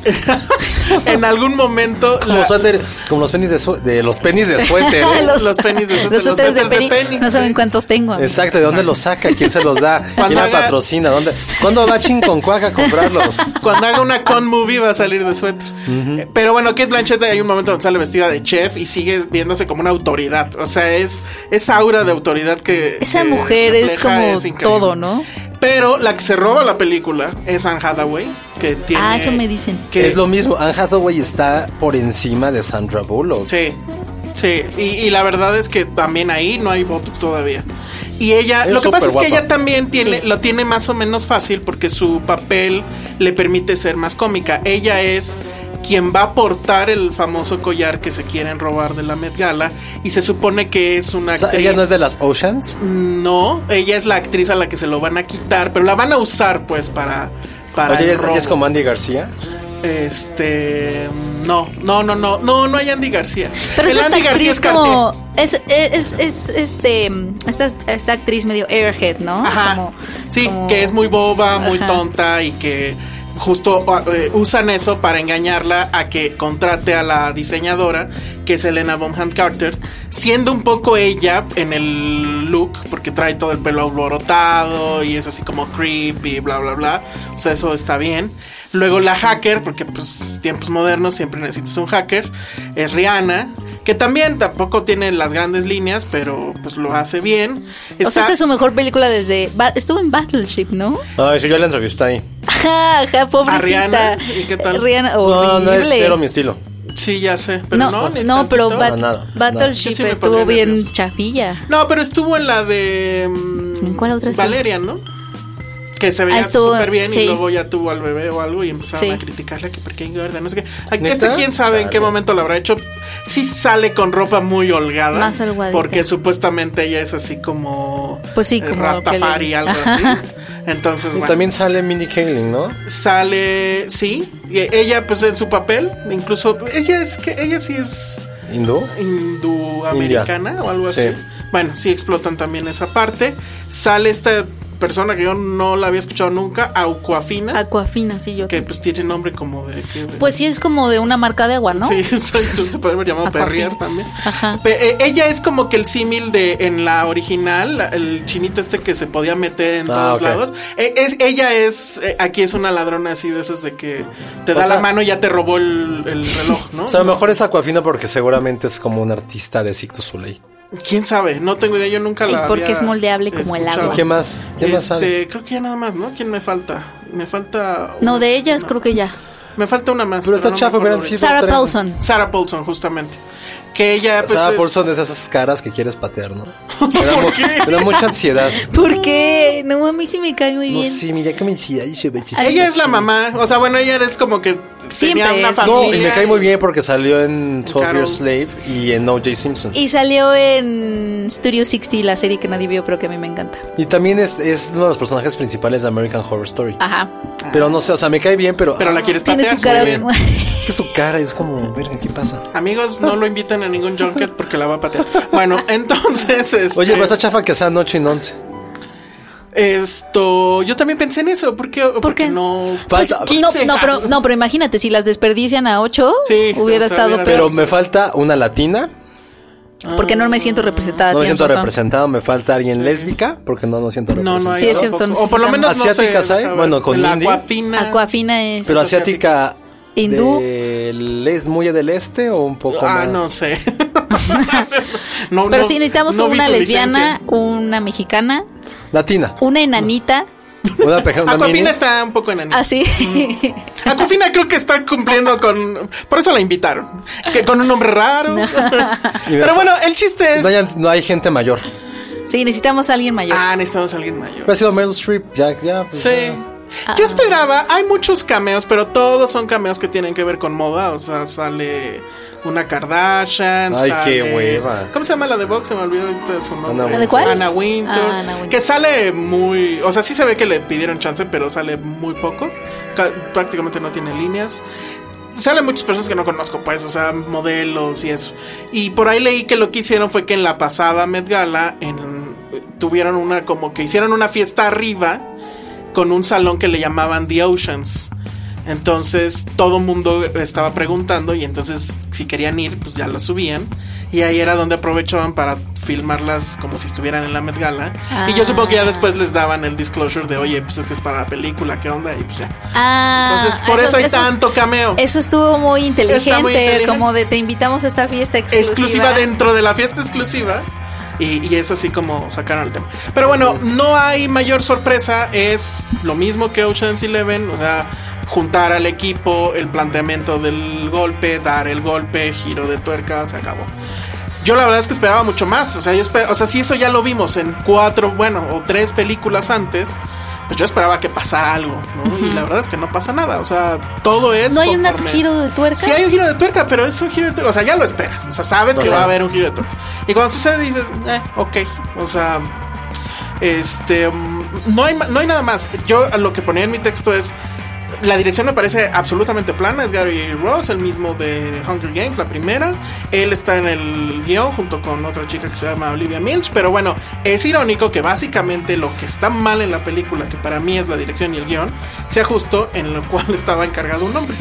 [SPEAKER 4] en algún momento.
[SPEAKER 2] Como,
[SPEAKER 4] la-
[SPEAKER 2] los suéter- como los penis de, sue- de los penis de suéter. ¿eh?
[SPEAKER 4] Los- penis de
[SPEAKER 3] los
[SPEAKER 4] suéter, los
[SPEAKER 3] suéteres de
[SPEAKER 4] suéteres de
[SPEAKER 3] penny.
[SPEAKER 4] penny,
[SPEAKER 3] No saben
[SPEAKER 4] sí.
[SPEAKER 3] cuántos tengo. amigos.
[SPEAKER 2] Exacto, ¿de dónde los saca? ¿Quién se los da?
[SPEAKER 4] Cuando
[SPEAKER 2] ¿Quién la
[SPEAKER 4] haga-
[SPEAKER 2] patrocina? ¿Dónde? ¿Cuándo va Chinconcuac a comprarlos?
[SPEAKER 4] Cuando haga una con movie va a salir de suéter. Eh, Pero bueno, Kate Blanchett hay un momento donde sale vestida de chef y sigue viéndose como una autoridad. O sea, es esa aura de autoridad que.
[SPEAKER 3] Esa
[SPEAKER 4] que
[SPEAKER 3] mujer es
[SPEAKER 4] refleja,
[SPEAKER 3] como
[SPEAKER 4] increíble.
[SPEAKER 3] todo, ¿no?
[SPEAKER 4] Pero la que se roba la película es Anne Hathaway, que tiene.
[SPEAKER 3] Ah, eso me dicen.
[SPEAKER 4] que-
[SPEAKER 2] Es lo mismo. Anne Hathaway está por encima de Sandra Bullock.
[SPEAKER 4] Sí, sí. Y, y la verdad es que también ahí no hay votos todavía. Y ella,
[SPEAKER 2] Es
[SPEAKER 4] lo que pasa es
[SPEAKER 2] superguapa.
[SPEAKER 4] que ella también tiene,
[SPEAKER 3] Sí.
[SPEAKER 4] lo tiene más o menos fácil porque su papel le permite ser más cómica. Ella es quien va a portar el famoso collar que se quieren robar de la Met Gala y se supone que es una
[SPEAKER 2] O sea,
[SPEAKER 4] actriz.
[SPEAKER 2] ella no es de las Oceans.
[SPEAKER 4] No, ella es la actriz a la que se lo van a quitar, pero la van a usar pues para para
[SPEAKER 2] Oye,
[SPEAKER 4] el
[SPEAKER 2] ella es, ella es
[SPEAKER 4] robo.
[SPEAKER 2] como Andy García.
[SPEAKER 4] Este. No, no, no, no. No, no hay Andy García.
[SPEAKER 3] Pero
[SPEAKER 4] El
[SPEAKER 3] es esta
[SPEAKER 4] Andy García
[SPEAKER 3] actriz
[SPEAKER 4] es Cartier.
[SPEAKER 3] como. Es, es, es, este. mm, Esta, esta actriz medio airhead, ¿no?
[SPEAKER 4] Ajá.
[SPEAKER 3] Como-
[SPEAKER 4] sí,
[SPEAKER 3] como-
[SPEAKER 4] que es muy boba, muy
[SPEAKER 3] Ajá.
[SPEAKER 4] tonta y que justo eh, usan eso para engañarla a que contrate a la diseñadora, que es Elena Bonham Carter, siendo un poco ella en el look, porque trae todo el pelo alborotado y es así como creepy, bla, bla, bla. O sea, eso está bien. Luego la hacker, porque pues tiempos modernos siempre necesitas un hacker, es Rihanna. Que también tampoco tiene las grandes líneas, pero pues lo hace bien.
[SPEAKER 3] O sea,
[SPEAKER 4] Está-
[SPEAKER 3] esta es su mejor película desde. Ba- Estuvo en Battleship, ¿no?
[SPEAKER 2] Ay, sí, yo la entrevisté ahí.
[SPEAKER 3] Ajá, ajá, pobrecita.
[SPEAKER 4] Rihanna? ¿Y qué tal?
[SPEAKER 3] Rihanna,
[SPEAKER 2] No, no es
[SPEAKER 3] horrible.
[SPEAKER 2] cero mi estilo.
[SPEAKER 4] Sí, ya sé, pero
[SPEAKER 3] No,
[SPEAKER 4] no.
[SPEAKER 3] no,
[SPEAKER 4] ni
[SPEAKER 3] pero
[SPEAKER 4] tantito.
[SPEAKER 3] Bat-
[SPEAKER 2] No, nada,
[SPEAKER 3] Battleship
[SPEAKER 4] nada. Yo sí me
[SPEAKER 3] estuvo
[SPEAKER 4] pondría
[SPEAKER 3] bien
[SPEAKER 4] nervioso.
[SPEAKER 3] chafilla.
[SPEAKER 4] No, pero estuvo en la de. mm,
[SPEAKER 3] ¿En cuál otra estuvo?
[SPEAKER 4] Valeria, ¿no? Que se
[SPEAKER 3] Ah,
[SPEAKER 4] veía
[SPEAKER 3] estuvo-
[SPEAKER 4] súper bien
[SPEAKER 3] sí.
[SPEAKER 4] y luego ya tuvo al bebé o algo y empezaron
[SPEAKER 3] Sí.
[SPEAKER 4] a criticarla que porque engorda, no sé qué. Aquí
[SPEAKER 2] ¿Neta?
[SPEAKER 4] este quién sabe en qué
[SPEAKER 2] Chale.
[SPEAKER 4] momento lo habrá hecho. Sí sale con ropa muy holgada.
[SPEAKER 3] Más holgadita.
[SPEAKER 4] Porque supuestamente ella es así como.
[SPEAKER 3] Pues sí,
[SPEAKER 4] eh,
[SPEAKER 3] como que
[SPEAKER 4] Rastafari,
[SPEAKER 3] le-
[SPEAKER 4] algo así.
[SPEAKER 3] Ajá.
[SPEAKER 4] Entonces, bueno.
[SPEAKER 2] También sale Minnie Kaling, ¿no?
[SPEAKER 4] Sale, sí, y ella pues en su papel, incluso ella es que ella sí es
[SPEAKER 2] Hindú.
[SPEAKER 4] hinduamericana
[SPEAKER 2] India.
[SPEAKER 4] o algo
[SPEAKER 2] Sí.
[SPEAKER 4] así. Bueno, sí explotan también esa parte. Sale esta persona que yo no la había escuchado nunca, Aucuafina,
[SPEAKER 3] Aquafina, sí, yo.
[SPEAKER 4] que pues tiene nombre como de... que-
[SPEAKER 3] Ah, Pues sí, es como de una marca de agua, ¿no?
[SPEAKER 4] Sí, exacto, se puede haber llamado
[SPEAKER 3] Aquafina.
[SPEAKER 4] Perrier también.
[SPEAKER 3] Ajá.
[SPEAKER 4] Pe- eh, ella es como que el símil de en la original, la- el chinito este que se podía meter en
[SPEAKER 2] Ah,
[SPEAKER 4] todos
[SPEAKER 2] ok.
[SPEAKER 4] lados. Eh, es, ella es, eh, aquí es una ladrona así de esas de que te
[SPEAKER 2] O
[SPEAKER 4] da la
[SPEAKER 2] sea-
[SPEAKER 4] mano y ya te robó el, el reloj, ¿no?
[SPEAKER 2] O sea, a lo mejor es Aquafina porque seguramente es como un artista de Cicto Soleil.
[SPEAKER 4] ¿Quién sabe? No tengo idea, yo nunca
[SPEAKER 3] Y
[SPEAKER 4] la
[SPEAKER 3] porque
[SPEAKER 4] había
[SPEAKER 3] es moldeable como el
[SPEAKER 4] escuchado.
[SPEAKER 3] agua.
[SPEAKER 2] ¿Qué más? ¿Qué más sabe?
[SPEAKER 4] Este, creo que ya nada más, ¿no? ¿Quién me falta? Me falta...
[SPEAKER 3] No, de ellas
[SPEAKER 4] una-
[SPEAKER 3] creo que ya.
[SPEAKER 4] Me falta una más.
[SPEAKER 2] Pero esta
[SPEAKER 4] no me
[SPEAKER 2] chafa
[SPEAKER 4] acuerdo
[SPEAKER 2] hubieran
[SPEAKER 4] ahorita.
[SPEAKER 2] sido
[SPEAKER 3] Sarah
[SPEAKER 2] tres.
[SPEAKER 3] Paulson.
[SPEAKER 4] Sarah Paulson, justamente. Que ella, pues...
[SPEAKER 2] Sarah
[SPEAKER 4] es-
[SPEAKER 2] Paulson es de esas caras que quieres patear, ¿no? Me da, mu- me da mucha ansiedad.
[SPEAKER 3] ¿Por qué? No, a mí sí me cae muy
[SPEAKER 2] No
[SPEAKER 3] bien.
[SPEAKER 2] sé, mira que me ansiedad y se ve
[SPEAKER 4] Ella es la mamá. O sea, bueno, ella es como que tenía
[SPEAKER 3] Siempre
[SPEAKER 4] una
[SPEAKER 3] es.
[SPEAKER 4] familia.
[SPEAKER 2] No, y me cae muy bien porque salió en Twelve
[SPEAKER 4] Carol.
[SPEAKER 2] Years Slave y en O.J. Simpson.
[SPEAKER 3] Y salió en Studio 60, la serie que nadie vio, pero que a mí me encanta.
[SPEAKER 2] Y también es, es uno de los personajes principales de American Horror Story.
[SPEAKER 3] Ajá.
[SPEAKER 2] Pero no sé, o sea, me cae bien, pero.
[SPEAKER 4] Pero la
[SPEAKER 2] ah,
[SPEAKER 4] quieres
[SPEAKER 3] Tiene
[SPEAKER 4] patear.
[SPEAKER 3] su cara
[SPEAKER 2] bien.
[SPEAKER 3] como-
[SPEAKER 2] es que su cara es como, verga, ¿qué pasa?
[SPEAKER 4] Amigos, no lo invitan a ningún junket porque la va a patear. Bueno, entonces... Este,
[SPEAKER 2] Oye, pero esta chafa que sea noche y once.
[SPEAKER 4] Esto... Yo también pensé en eso. ¿Por qué? Porque
[SPEAKER 3] qué?
[SPEAKER 4] no...
[SPEAKER 3] Pues,
[SPEAKER 2] Falta-
[SPEAKER 3] no,
[SPEAKER 4] 15,
[SPEAKER 3] no,
[SPEAKER 4] ja.
[SPEAKER 3] pero, no, pero imagínate, si las desperdician a 8,
[SPEAKER 4] Sí,
[SPEAKER 3] hubiera
[SPEAKER 4] o sea,
[SPEAKER 3] estado peor.
[SPEAKER 4] hubiera-
[SPEAKER 2] Pero me falta una latina,
[SPEAKER 3] Porque no me siento representada.
[SPEAKER 2] no me
[SPEAKER 3] tienes
[SPEAKER 2] siento
[SPEAKER 3] razón.
[SPEAKER 2] representado, me falta alguien lésbica, porque no me siento
[SPEAKER 4] No,
[SPEAKER 2] representado.
[SPEAKER 4] no hay
[SPEAKER 3] Sí, es cierto,
[SPEAKER 4] tampoco. O por lo
[SPEAKER 3] necesitamos-
[SPEAKER 4] menos no
[SPEAKER 2] Asiáticas
[SPEAKER 4] sé,
[SPEAKER 2] hay,
[SPEAKER 4] deja ver.
[SPEAKER 2] bueno, con
[SPEAKER 4] La
[SPEAKER 2] indie.
[SPEAKER 4] Aquafina.
[SPEAKER 3] Aquafina es.
[SPEAKER 2] Pero asiática.
[SPEAKER 3] Hindú.
[SPEAKER 2] del es- muy del este o un poco
[SPEAKER 4] Ah,
[SPEAKER 2] más?
[SPEAKER 4] no sé. No,
[SPEAKER 3] pero
[SPEAKER 4] no-
[SPEAKER 3] sí, necesitamos
[SPEAKER 4] no vi
[SPEAKER 3] una
[SPEAKER 4] su
[SPEAKER 3] lesbiana,
[SPEAKER 4] licencia.
[SPEAKER 3] una mexicana,
[SPEAKER 2] Latina.
[SPEAKER 3] una enanita,
[SPEAKER 4] Mm.
[SPEAKER 2] Una peja- una mini.
[SPEAKER 4] Aquafina está un poco enanita.
[SPEAKER 3] así.
[SPEAKER 4] Aquafina creo que está cumpliendo con. Por eso la invitaron. Que con un nombre raro. Pero bueno, el chiste es.
[SPEAKER 2] No hay, no hay gente mayor.
[SPEAKER 3] sí, necesitamos a alguien mayor.
[SPEAKER 4] Ah, necesitamos a alguien mayor.
[SPEAKER 2] Pero ha sido Meryl Streep, ya, ya. pues,
[SPEAKER 4] Sí.
[SPEAKER 2] ya.
[SPEAKER 3] Ah.
[SPEAKER 4] Yo esperaba, hay muchos cameos, pero todos son cameos que tienen que ver con moda. O sea, sale una Kardashian.
[SPEAKER 2] Ay,
[SPEAKER 4] sale-
[SPEAKER 2] qué hueva.
[SPEAKER 4] ¿Cómo se llama la de Vox? Se me olvidó ahorita su nombre.
[SPEAKER 2] Ana
[SPEAKER 3] ¿La de cuál?
[SPEAKER 4] Ana Winter.
[SPEAKER 3] Ah, Ana Wintour.
[SPEAKER 4] Que sale muy. O sea, sí se ve que le pidieron chance, pero sale muy poco. Ca- Prácticamente no tiene líneas. Salen muchas personas que no conozco, pues, o sea, modelos y eso. Y por ahí leí que lo que hicieron fue que en la pasada Met Gala en- tuvieron una, como que hicieron una fiesta arriba con un salón que le llamaban The Oceans. Entonces todo mundo estaba preguntando y entonces si querían ir, pues ya la subían. Y ahí era donde aprovechaban para filmarlas como si estuvieran en la Met Gala. Y yo supongo que ya después les daban el disclosure de, oye, pues este es para la película, ¿qué onda? Y pues ya.
[SPEAKER 3] Ah,
[SPEAKER 4] Entonces por eso hay tanto cameo.
[SPEAKER 3] Eso estuvo muy inteligente,
[SPEAKER 4] inteligente.
[SPEAKER 3] como de te invitamos a esta fiesta exclusiva.
[SPEAKER 4] exclusiva dentro de la fiesta exclusiva. Y, y es así como sacaron el tema. Pero bueno, no hay mayor sorpresa. Es lo mismo que Ocean's Eleven. O sea, juntar al equipo, el planteamiento del golpe, dar el golpe, giro de tuerca, se acabó. Yo la verdad es que esperaba mucho más. O sea, yo esper- o sea, si eso ya lo vimos en cuatro, bueno, o tres películas antes, pues yo esperaba que pasara algo. ¿no? Y la verdad es que no pasa nada. O sea, todo es.
[SPEAKER 3] ¿No hay un
[SPEAKER 4] conforme-
[SPEAKER 3] giro de tuerca?
[SPEAKER 4] Sí hay un giro de tuerca, pero es un giro de tuerca. O sea, ya lo esperas. O sea, sabes que
[SPEAKER 2] Ajá.
[SPEAKER 4] va a haber un giro de tuerca. Y cuando sucede dices, eh, ok. O sea, este, mm, no hay, ma- no hay nada más. Yo lo que ponía en mi texto es, la dirección me parece absolutamente plana. Es Gary Ross, el mismo de Hunger Games, la primera. Él está en el guión junto con otra chica que se llama Olivia Milch. Pero bueno, es irónico que básicamente lo que está mal en la película, que para mí es la dirección y el guión, sea justo en lo cual estaba encargado un hombre,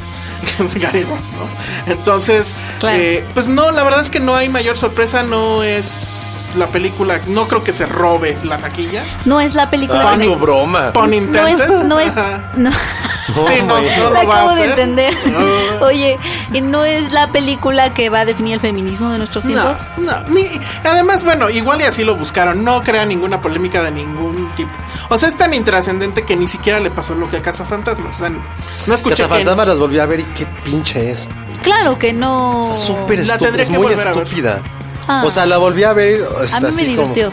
[SPEAKER 4] que es Gary Ross, ¿no? Entonces,
[SPEAKER 3] Claro.
[SPEAKER 4] eh, pues no, la verdad es que no hay mayor sorpresa. No es la película, no creo que se robe la taquilla.
[SPEAKER 3] No es la película.
[SPEAKER 2] Ah,
[SPEAKER 3] con-
[SPEAKER 2] tu broma.
[SPEAKER 4] Pon
[SPEAKER 3] no es,
[SPEAKER 4] intended.
[SPEAKER 3] no es,
[SPEAKER 4] Ajá.
[SPEAKER 3] no.
[SPEAKER 4] Sí, no,
[SPEAKER 2] my
[SPEAKER 4] no
[SPEAKER 3] Lo
[SPEAKER 4] lo va a
[SPEAKER 3] acabo de
[SPEAKER 4] hacer.
[SPEAKER 3] entender.
[SPEAKER 4] No.
[SPEAKER 3] Oye, ¿y no es la película que va a definir el feminismo de nuestros
[SPEAKER 4] No,
[SPEAKER 3] tiempos?
[SPEAKER 4] no, ni- además, bueno, igual y así lo buscaron, no crea ninguna polémica de ningún tipo. O sea, es tan intrascendente que ni siquiera le pasó lo que a Casa Fantasmas. O sea, no escuché que
[SPEAKER 2] Cazafantasmas las volví a ver y qué pinche es.
[SPEAKER 3] Claro que no.
[SPEAKER 2] Está súper
[SPEAKER 4] La
[SPEAKER 2] estúpida.
[SPEAKER 4] tendría
[SPEAKER 2] Es
[SPEAKER 4] que
[SPEAKER 2] muy
[SPEAKER 4] volver a ver.
[SPEAKER 2] estúpida.
[SPEAKER 3] Ah.
[SPEAKER 2] O sea, la volví a ver. o sea,
[SPEAKER 3] a mí me
[SPEAKER 2] así como-
[SPEAKER 3] divirtió.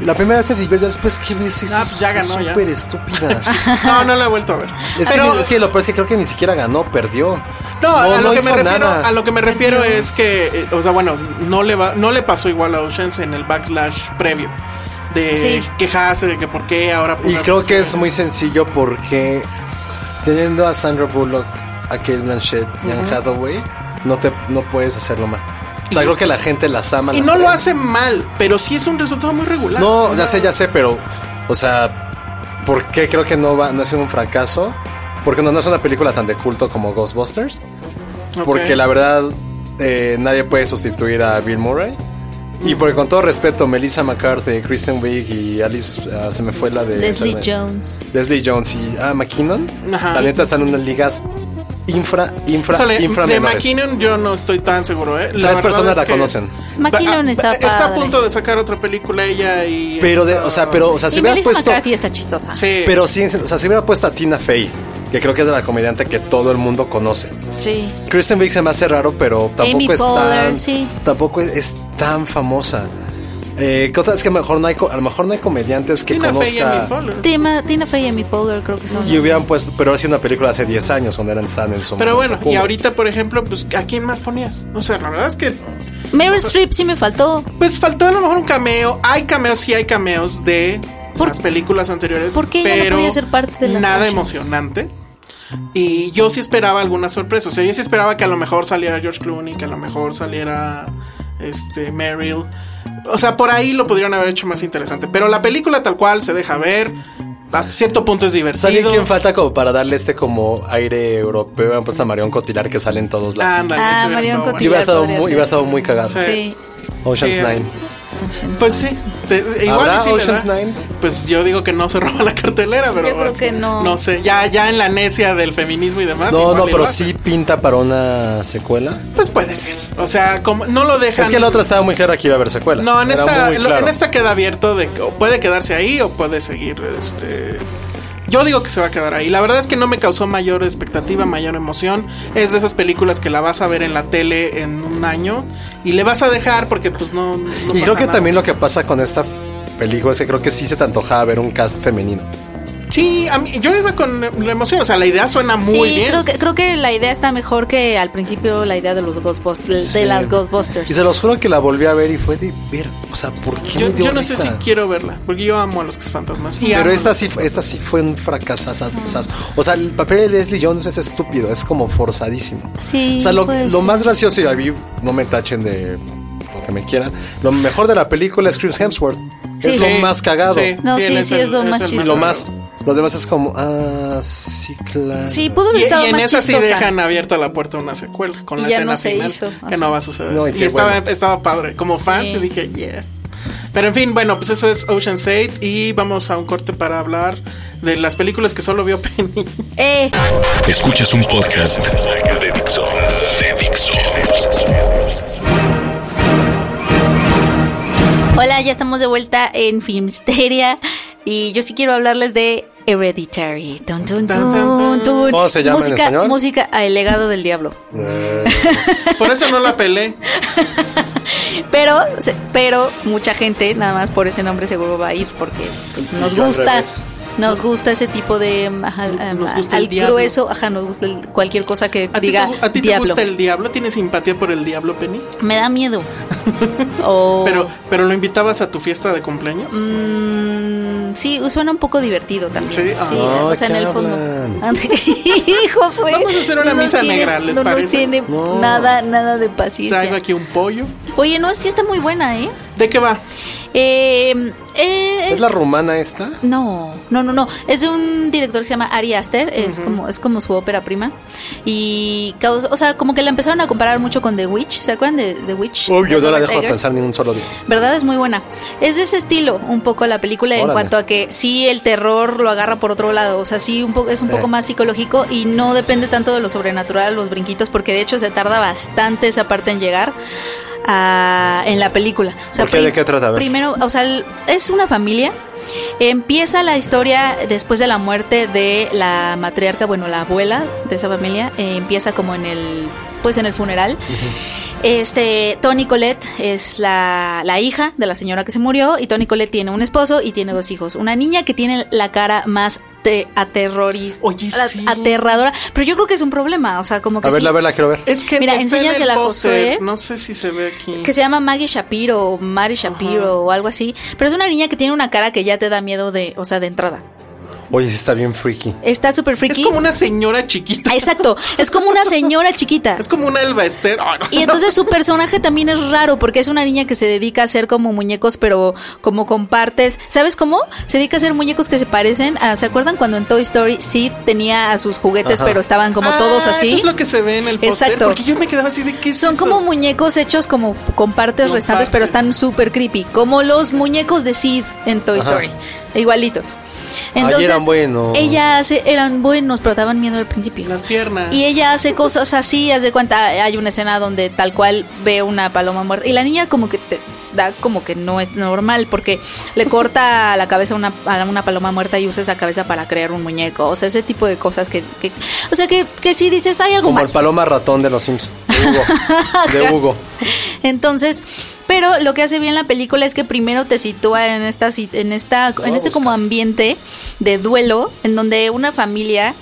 [SPEAKER 2] La primera vez te divirtió, después que ves eso.
[SPEAKER 4] Ah, pues ya
[SPEAKER 2] es
[SPEAKER 4] ganó, ya.
[SPEAKER 2] súper estúpida.
[SPEAKER 4] No, no la he vuelto a ver.
[SPEAKER 2] Es,
[SPEAKER 4] Pero-
[SPEAKER 2] que, es que lo peor es que creo que ni siquiera ganó, perdió.
[SPEAKER 4] No, a, lo que
[SPEAKER 2] hizo
[SPEAKER 4] me refiero,
[SPEAKER 2] nada.
[SPEAKER 4] a lo que me refiero es que, eh, o sea, bueno, no le va, no le pasó igual a Oceans en el backlash previo de
[SPEAKER 3] Sí.
[SPEAKER 4] quejarse de que por qué ahora.
[SPEAKER 2] Y
[SPEAKER 4] ahora
[SPEAKER 2] creo
[SPEAKER 4] por
[SPEAKER 2] que
[SPEAKER 4] qué.
[SPEAKER 2] es muy sencillo porque teniendo a Sandra Bullock, a Kate Blanchett y Anne Hathaway, no, te, no puedes hacerlo mal. O sea, creo que la gente las ama.
[SPEAKER 4] y
[SPEAKER 2] las
[SPEAKER 4] no lo
[SPEAKER 2] adora.
[SPEAKER 4] hace mal, pero sí es un resultado muy regular.
[SPEAKER 2] No, ya sé, ya sé, pero, o sea, ¿por qué creo que no, va, no ha sido un fracaso? Porque no, no es una película tan de culto como Ghostbusters.
[SPEAKER 4] Ok.
[SPEAKER 2] Porque la verdad, eh, nadie puede sustituir a Bill Murray. Y porque con todo respeto, Melissa McCarthy, Kristen Wiig y Alice, ah, se me fue la de...
[SPEAKER 3] Leslie
[SPEAKER 2] esa-
[SPEAKER 3] Jones.
[SPEAKER 2] Leslie Jones y ah, McKinnon.
[SPEAKER 4] Ajá.
[SPEAKER 2] La neta están en unas ligas infra, infra,
[SPEAKER 4] Híjole,
[SPEAKER 2] infra
[SPEAKER 4] de
[SPEAKER 2] menores.
[SPEAKER 4] McKinnon yo no estoy tan seguro, ¿eh?
[SPEAKER 2] Tres
[SPEAKER 4] verdad
[SPEAKER 2] personas
[SPEAKER 4] es
[SPEAKER 2] la
[SPEAKER 4] que-
[SPEAKER 2] conocen.
[SPEAKER 3] McKinnon
[SPEAKER 4] Va- ah,
[SPEAKER 3] está
[SPEAKER 4] Está a
[SPEAKER 3] padre.
[SPEAKER 4] punto de sacar otra película ella y...
[SPEAKER 2] Pero, de,
[SPEAKER 4] esta-
[SPEAKER 2] o sea, pero, o sea, si
[SPEAKER 3] y
[SPEAKER 2] hubieras
[SPEAKER 3] Melissa
[SPEAKER 2] puesto.
[SPEAKER 3] McCarthy está chistosa.
[SPEAKER 4] Sí.
[SPEAKER 2] Pero sí, o sea, si hubiera puesto a Tina Fey, que creo que es de la comediante que todo el mundo conoce.
[SPEAKER 3] Sí.
[SPEAKER 2] Kristen Wiig se me hace raro, pero tampoco
[SPEAKER 3] Amy
[SPEAKER 2] es
[SPEAKER 3] Poehler,
[SPEAKER 2] tan,
[SPEAKER 3] sí.
[SPEAKER 2] tampoco es, es tan famosa. Eh, ¿qué otra? Es que mejor no hay, co- a lo mejor no hay comediantes que
[SPEAKER 4] Tina Fey y Amy
[SPEAKER 2] conozca
[SPEAKER 4] Poehler.
[SPEAKER 3] Tina, Tina Fey y Amy Powder creo que son.
[SPEAKER 2] y hubieran puesto, pero ha sido una película hace 10 años donde eran estaban en su
[SPEAKER 4] Pero
[SPEAKER 2] momento
[SPEAKER 4] bueno, y
[SPEAKER 2] Cuba.
[SPEAKER 4] ahorita, por ejemplo, pues, ¿a quién más ponías? O sea, la verdad es que...
[SPEAKER 3] Meryl Streep sí me faltó.
[SPEAKER 4] Pues faltó a lo mejor un cameo. Hay cameos, sí hay cameos de
[SPEAKER 3] ¿Por
[SPEAKER 4] las películas anteriores.
[SPEAKER 3] Ah. por qué ella no
[SPEAKER 4] pero
[SPEAKER 3] podía ser parte de las
[SPEAKER 4] Nada
[SPEAKER 3] Oceans?
[SPEAKER 4] emocionante. Y yo sí esperaba alguna sorpresa. O sea, yo sí esperaba que a lo mejor saliera George Clooney, que a lo mejor saliera este Meryl. O sea, por ahí lo pudieron haber hecho más interesante. Pero la película tal cual se deja ver. Hasta cierto punto es
[SPEAKER 2] ¿Sabe
[SPEAKER 4] divertido.
[SPEAKER 2] quién falta como para darle este como aire europeo? Hubieran puesto a Marion Cotillar que sale en todos lados.
[SPEAKER 4] Ándale,
[SPEAKER 3] Ah,
[SPEAKER 4] ese hubiera
[SPEAKER 3] Marion
[SPEAKER 4] estado bueno.
[SPEAKER 2] y hubiera
[SPEAKER 3] Cotillard
[SPEAKER 2] estado
[SPEAKER 3] podría
[SPEAKER 2] muy,
[SPEAKER 3] ser.
[SPEAKER 2] hubiera estado muy cagado.
[SPEAKER 4] Sí.
[SPEAKER 3] Sí.
[SPEAKER 2] Ocean's
[SPEAKER 4] Sí.
[SPEAKER 2] Nine.
[SPEAKER 4] Pues sí, te- igual
[SPEAKER 2] ¿Habrá
[SPEAKER 4] y sí le da.
[SPEAKER 2] Ocean's Nine?
[SPEAKER 4] Pues yo digo que no se roba la cartelera, pero
[SPEAKER 3] Yo creo que no.
[SPEAKER 4] No sé, ya ya en la necia del feminismo y demás.
[SPEAKER 2] No,
[SPEAKER 4] igual
[SPEAKER 2] no,
[SPEAKER 4] y
[SPEAKER 2] pero
[SPEAKER 4] lo hacen.
[SPEAKER 2] sí pinta para una secuela.
[SPEAKER 4] Pues puede ser. O sea, como no lo dejan.
[SPEAKER 2] Es que la otra estaba muy clara que iba a haber secuela.
[SPEAKER 4] No, en
[SPEAKER 2] Era
[SPEAKER 4] esta,
[SPEAKER 2] muy
[SPEAKER 4] lo-
[SPEAKER 2] claro.
[SPEAKER 4] en esta queda abierto de que o puede quedarse ahí o puede seguir. Este, yo digo que se va a quedar ahí. La verdad es que no me causó mayor expectativa, mayor emoción. Es de esas películas que la vas a ver en la tele en un año y le vas a dejar porque pues no. no
[SPEAKER 2] Y
[SPEAKER 4] pasa
[SPEAKER 2] creo que
[SPEAKER 4] nada.
[SPEAKER 2] también lo que pasa con esta película es que creo que sí se te antojaba ver un cast femenino.
[SPEAKER 4] Sí, a mí- yo iba con la emoción. O sea, la idea suena muy
[SPEAKER 3] sí,
[SPEAKER 4] bien.
[SPEAKER 3] creo que creo que la idea está mejor que al principio la idea de los Ghostbusters,
[SPEAKER 2] Sí.
[SPEAKER 3] de las Ghostbusters.
[SPEAKER 2] Y se los juro que la volví a ver y fue de ver, o sea, ¿por qué
[SPEAKER 4] Yo,
[SPEAKER 2] me dio
[SPEAKER 4] yo no sé si
[SPEAKER 2] risa?
[SPEAKER 4] quiero verla, porque yo amo a los fantasmas. Y
[SPEAKER 2] Pero
[SPEAKER 4] amo-
[SPEAKER 2] esta sí, fue- esta sí fue un fracaso. O sea, el papel de Leslie Jones es estúpido, es como forzadísimo.
[SPEAKER 3] Sí,
[SPEAKER 2] O sea, lo,
[SPEAKER 3] puede
[SPEAKER 2] lo
[SPEAKER 3] ser.
[SPEAKER 2] más gracioso, y a mí no me tachen de lo que me quieran, lo mejor de la película es Chris Hemsworth.
[SPEAKER 3] Sí.
[SPEAKER 2] Es lo
[SPEAKER 3] Sí.
[SPEAKER 2] más cagado.
[SPEAKER 4] Sí,
[SPEAKER 3] No,
[SPEAKER 4] él
[SPEAKER 3] sí, sí, es lo
[SPEAKER 4] él
[SPEAKER 3] más
[SPEAKER 4] el
[SPEAKER 2] Y
[SPEAKER 3] chistoso.
[SPEAKER 2] lo más, los demás es como, ah, sí, claro.
[SPEAKER 3] Sí, pudo
[SPEAKER 4] Y,
[SPEAKER 3] haber
[SPEAKER 4] y
[SPEAKER 3] estado
[SPEAKER 4] en
[SPEAKER 3] más
[SPEAKER 4] esa sí
[SPEAKER 3] chistosa.
[SPEAKER 4] dejan abierta la puerta a una secuela con
[SPEAKER 3] Y
[SPEAKER 4] la
[SPEAKER 3] ya
[SPEAKER 4] escena
[SPEAKER 3] no se
[SPEAKER 4] final,
[SPEAKER 3] hizo.
[SPEAKER 4] que no va a suceder.
[SPEAKER 2] No, y
[SPEAKER 4] y
[SPEAKER 2] qué
[SPEAKER 4] estaba,
[SPEAKER 2] bueno.
[SPEAKER 4] estaba padre. Como fan,
[SPEAKER 3] Sí.
[SPEAKER 4] sí dije, yeah. Pero en fin, bueno, pues eso es Ocean's 8 y vamos a un corte para hablar de las películas que solo vio Penny.
[SPEAKER 3] Eh,
[SPEAKER 1] Escuchas un podcast de Dixo. De Dixo.
[SPEAKER 3] hola, ya estamos de vuelta en Filmsteria y yo sí quiero hablarles de Hereditary. Tun, tun, tun, tun.
[SPEAKER 2] ¿Cómo se llama en
[SPEAKER 3] música,
[SPEAKER 2] español?
[SPEAKER 3] Música a El legado del diablo.
[SPEAKER 2] Eh,
[SPEAKER 4] Por eso no la pelé.
[SPEAKER 3] Pero, se- pero mucha gente, nada más por ese nombre seguro va a ir porque pues, nos
[SPEAKER 2] yo al
[SPEAKER 3] gusta.
[SPEAKER 2] revés.
[SPEAKER 3] Nos gusta ese tipo de mm, ajá, mm,
[SPEAKER 4] Nos gusta el
[SPEAKER 3] al
[SPEAKER 4] diablo.
[SPEAKER 3] grueso, ajá, nos gusta el- cualquier cosa que
[SPEAKER 4] ¿A ti,
[SPEAKER 3] diga
[SPEAKER 4] te, a ti te
[SPEAKER 3] diablo.
[SPEAKER 4] gusta el diablo? ¿Tienes simpatía por el diablo, Penny?
[SPEAKER 3] Me da miedo. O-
[SPEAKER 4] Pero, pero lo invitabas a tu fiesta de cumpleaños.
[SPEAKER 3] Mm, sí, suena un poco divertido también.
[SPEAKER 4] Sí,
[SPEAKER 3] Sí,
[SPEAKER 4] ah.
[SPEAKER 3] o sea, en
[SPEAKER 2] Ay,
[SPEAKER 3] el fondo.
[SPEAKER 2] Carmen.
[SPEAKER 3] Josué,
[SPEAKER 4] Vamos a hacer una
[SPEAKER 3] no nos
[SPEAKER 4] misa
[SPEAKER 3] tiene-
[SPEAKER 4] negra, ¿les
[SPEAKER 3] no nos
[SPEAKER 4] parece?
[SPEAKER 3] tiene
[SPEAKER 2] No.
[SPEAKER 3] nada, nada de
[SPEAKER 4] Traigo
[SPEAKER 3] paciencia.
[SPEAKER 4] aquí un pollo.
[SPEAKER 3] Oye, no, sí está muy buena, ¿eh?
[SPEAKER 4] ¿De qué va?
[SPEAKER 3] Eh, eh,
[SPEAKER 2] ¿Es la rumana esta?
[SPEAKER 3] No, no, no, no. Es de un director que se llama Ari Aster. Es como es como su ópera prima. Y, caus- o sea, como que la empezaron a comparar mucho con The Witch. ¿Se acuerdan de The Witch?
[SPEAKER 2] Uy, yo
[SPEAKER 3] De
[SPEAKER 2] no la
[SPEAKER 3] Robert
[SPEAKER 2] dejo de
[SPEAKER 3] Eggers.
[SPEAKER 2] pensar ni un solo día.
[SPEAKER 3] ¿Verdad? Es muy buena. Es de ese estilo un poco la película en
[SPEAKER 2] Órale.
[SPEAKER 3] cuanto a que sí el terror lo agarra por otro lado, o sea, sí un poco es un poco
[SPEAKER 2] Eh.
[SPEAKER 3] más psicológico y no depende tanto de lo sobrenatural, los brinquitos porque de hecho se tarda bastante esa parte en llegar. a- en la película. O sea,
[SPEAKER 2] ¿Por qué?
[SPEAKER 3] pri-
[SPEAKER 2] ¿De qué trata? A ver.
[SPEAKER 3] Primero, o sea, el- es una familia. Empieza la historia después de la muerte de la matriarca, bueno, la abuela de esa familia. eh, empieza como en el, pues en el funeral. Este, Tony Colette es la, la hija de la señora que se murió y Tony Colette tiene un esposo y tiene dos hijos. Una niña que tiene la cara más te- aterroriz-
[SPEAKER 4] Oye,
[SPEAKER 3] a-
[SPEAKER 4] sí.
[SPEAKER 3] aterradora, pero yo creo que es un problema, o sea, como que
[SPEAKER 2] A
[SPEAKER 3] sí.
[SPEAKER 2] verla, a verla, quiero ver.
[SPEAKER 4] Es que
[SPEAKER 3] Mira,
[SPEAKER 4] está en el
[SPEAKER 3] enséñasela a
[SPEAKER 4] póster.
[SPEAKER 3] Josué.
[SPEAKER 4] No sé si se ve aquí.
[SPEAKER 3] que se llama Maggie Shapiro o Mari Shapiro o algo así, pero es una niña que tiene una cara que ya te da miedo de, o sea, de entrada.
[SPEAKER 2] Oye, sí está bien freaky.
[SPEAKER 3] Está súper
[SPEAKER 4] Es
[SPEAKER 3] freaky.
[SPEAKER 4] como una señora chiquita.
[SPEAKER 3] Ah, Exacto, es como una señora chiquita.
[SPEAKER 4] Es como una Elba Ester. Ah, no.
[SPEAKER 3] Y entonces su personaje también es raro porque es una niña que se dedica a hacer como muñecos, pero como compartes. ¿Sabes cómo? Se dedica a hacer muñecos que se parecen a. ¿Se acuerdan cuando en Toy Story Sid tenía a sus juguetes,
[SPEAKER 2] Ajá.
[SPEAKER 3] pero estaban como
[SPEAKER 4] Ah,
[SPEAKER 3] todos así?
[SPEAKER 4] Eso es lo que se ve en el póster.
[SPEAKER 3] Exacto.
[SPEAKER 4] Porque yo me quedaba así de que
[SPEAKER 3] Son como muñecos hechos como con partes
[SPEAKER 4] Con
[SPEAKER 3] restantes, pero
[SPEAKER 4] partes.
[SPEAKER 3] están súper creepy. Como los muñecos de Sid en Toy
[SPEAKER 2] Ajá.
[SPEAKER 3] Story. Igualitos. Entonces,
[SPEAKER 2] eran buenos.
[SPEAKER 3] Ella hace, eran buenos, pero daban miedo al principio.
[SPEAKER 4] Las piernas.
[SPEAKER 3] Y ella hace cosas así, hace cuenta, hay una escena donde tal cual ve una paloma muerta. Y la niña como que te da como que no es normal, porque le corta la cabeza a una, a una paloma muerta y usa esa cabeza para crear un muñeco. O sea, ese tipo de cosas que... que- o sea, que, que si dices, hay algo
[SPEAKER 2] Como
[SPEAKER 3] mal.
[SPEAKER 2] el paloma ratón de los Simpsons. De Hugo. De Hugo.
[SPEAKER 3] Entonces, pero lo que hace bien la película es que primero te sitúa en esta sit- en esta
[SPEAKER 2] voy
[SPEAKER 3] en
[SPEAKER 2] a
[SPEAKER 3] este como
[SPEAKER 2] buscar.
[SPEAKER 3] ambiente de duelo en donde una familia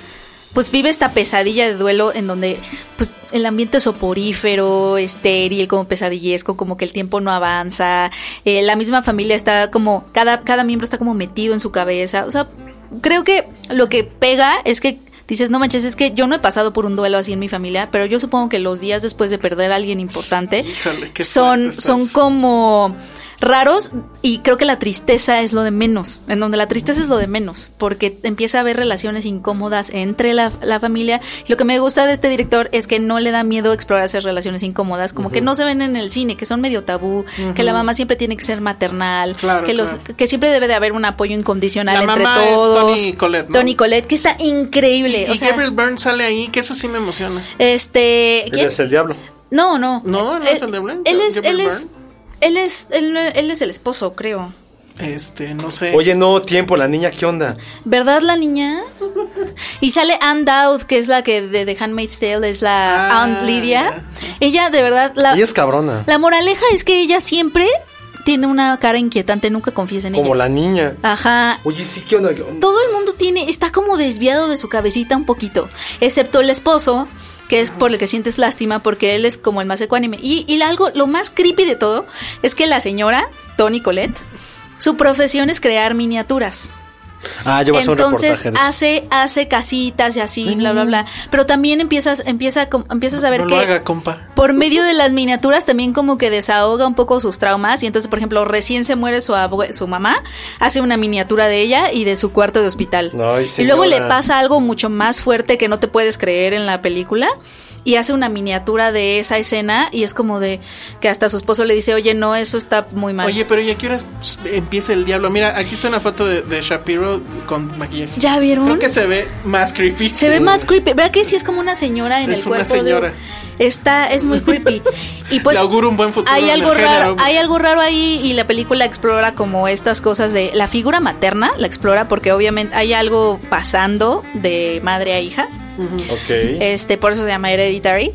[SPEAKER 3] pues vive esta pesadilla de duelo en donde pues el ambiente es soporífero, estéril, como pesadillesco, como que el tiempo no avanza, eh, la misma familia está como, cada, cada miembro está como metido en su cabeza, o sea, creo que lo que pega es que dices, no manches, es que yo no he pasado por un duelo así en mi familia, pero yo supongo que los días después de perder a alguien importante
[SPEAKER 4] Híjole, qué
[SPEAKER 3] son,
[SPEAKER 4] fuerte
[SPEAKER 3] son
[SPEAKER 4] estás.
[SPEAKER 3] como raros y creo que la tristeza es lo de menos, en donde la tristeza es lo de menos, porque empieza a haber relaciones incómodas entre la, la familia. Lo que me gusta de este director es que no le da miedo explorar esas relaciones incómodas, como que no se ven en el cine, que son medio tabú, que la mamá siempre tiene que ser maternal,
[SPEAKER 4] Claro,
[SPEAKER 3] que, los,
[SPEAKER 4] claro.
[SPEAKER 3] que siempre debe de haber un apoyo incondicional
[SPEAKER 4] La
[SPEAKER 3] entre
[SPEAKER 4] mamá es
[SPEAKER 3] todos.
[SPEAKER 4] Toni Collette, ¿no?
[SPEAKER 3] Toni Collette, que está increíble.
[SPEAKER 4] Y
[SPEAKER 3] o sea,
[SPEAKER 4] Gabriel Byrne sale ahí, que eso sí me emociona.
[SPEAKER 3] este, ¿quién?
[SPEAKER 2] Es el diablo.
[SPEAKER 3] No, no.
[SPEAKER 4] No, no
[SPEAKER 3] Eh,
[SPEAKER 4] es el de Blaine,
[SPEAKER 3] Él es, él
[SPEAKER 4] Gabriel
[SPEAKER 3] es, él es, él, no- él es el esposo, creo.
[SPEAKER 4] Este, no sé.
[SPEAKER 2] Oye, no, tiempo, la niña, ¿qué onda?
[SPEAKER 3] ¿Verdad la niña? Y sale Anne Dowd, que es la que de The Handmaid's Tale es la
[SPEAKER 4] Ah,
[SPEAKER 3] Aunt Lydia. Ella de verdad la
[SPEAKER 2] Ella es cabrona.
[SPEAKER 3] Ah. la moraleja es que ella siempre tiene una cara inquietante, nunca confíes en
[SPEAKER 2] Como
[SPEAKER 3] ella.
[SPEAKER 2] la niña.
[SPEAKER 3] Ah. Ajá.
[SPEAKER 2] Oye, sí, ¿qué onda? ¿Qué onda?
[SPEAKER 3] Todo el mundo tiene está como desviado de su cabecita un poquito, excepto el esposo que es por el que sientes lástima porque él es como el más ecuánime. Y, y algo, lo más creepy de todo es que la señora, Toni Colette, su profesión es crear miniaturas.
[SPEAKER 2] Ah, yo voy a hacer un
[SPEAKER 3] Entonces ah,
[SPEAKER 2] reportaje. de-
[SPEAKER 3] hace hace casitas y así, bla bla bla, pero también empiezas empieza com- empiezas a ver
[SPEAKER 4] no
[SPEAKER 3] que
[SPEAKER 4] lo haga, compa.
[SPEAKER 3] por medio de las miniaturas también como que desahoga un poco sus traumas y entonces, por ejemplo, recién se muere su abue- su mamá, hace una miniatura de ella y de su cuarto de hospital.
[SPEAKER 2] Ay,
[SPEAKER 3] y luego le
[SPEAKER 2] señora.
[SPEAKER 3] pasa algo mucho más fuerte que no te puedes creer en la película y hace una miniatura de esa escena y es como de que hasta su esposo le dice, "Oye, no, eso está muy mal."
[SPEAKER 4] Oye, pero ¿y a qué horas empieza el diablo? Mira, aquí está una foto de, de Shapiro con maquillaje.
[SPEAKER 3] ¿Ya vieron?
[SPEAKER 4] Creo que se ve más creepy.
[SPEAKER 3] Se ve más creepy. ¿Verdad que sí es como una señora en
[SPEAKER 4] Es
[SPEAKER 3] el
[SPEAKER 4] una
[SPEAKER 3] cuerpo
[SPEAKER 4] señora.
[SPEAKER 3] de. Está, es muy creepy. Y pues.
[SPEAKER 4] Le auguro un buen futuro
[SPEAKER 3] Hay
[SPEAKER 4] en
[SPEAKER 3] algo
[SPEAKER 4] el
[SPEAKER 3] raro,
[SPEAKER 4] género.
[SPEAKER 3] hay algo raro ahí y la película explora como estas cosas de la figura materna, la explora porque obviamente hay algo pasando de madre a hija.
[SPEAKER 2] Ok.
[SPEAKER 3] Este, por eso se llama Hereditary,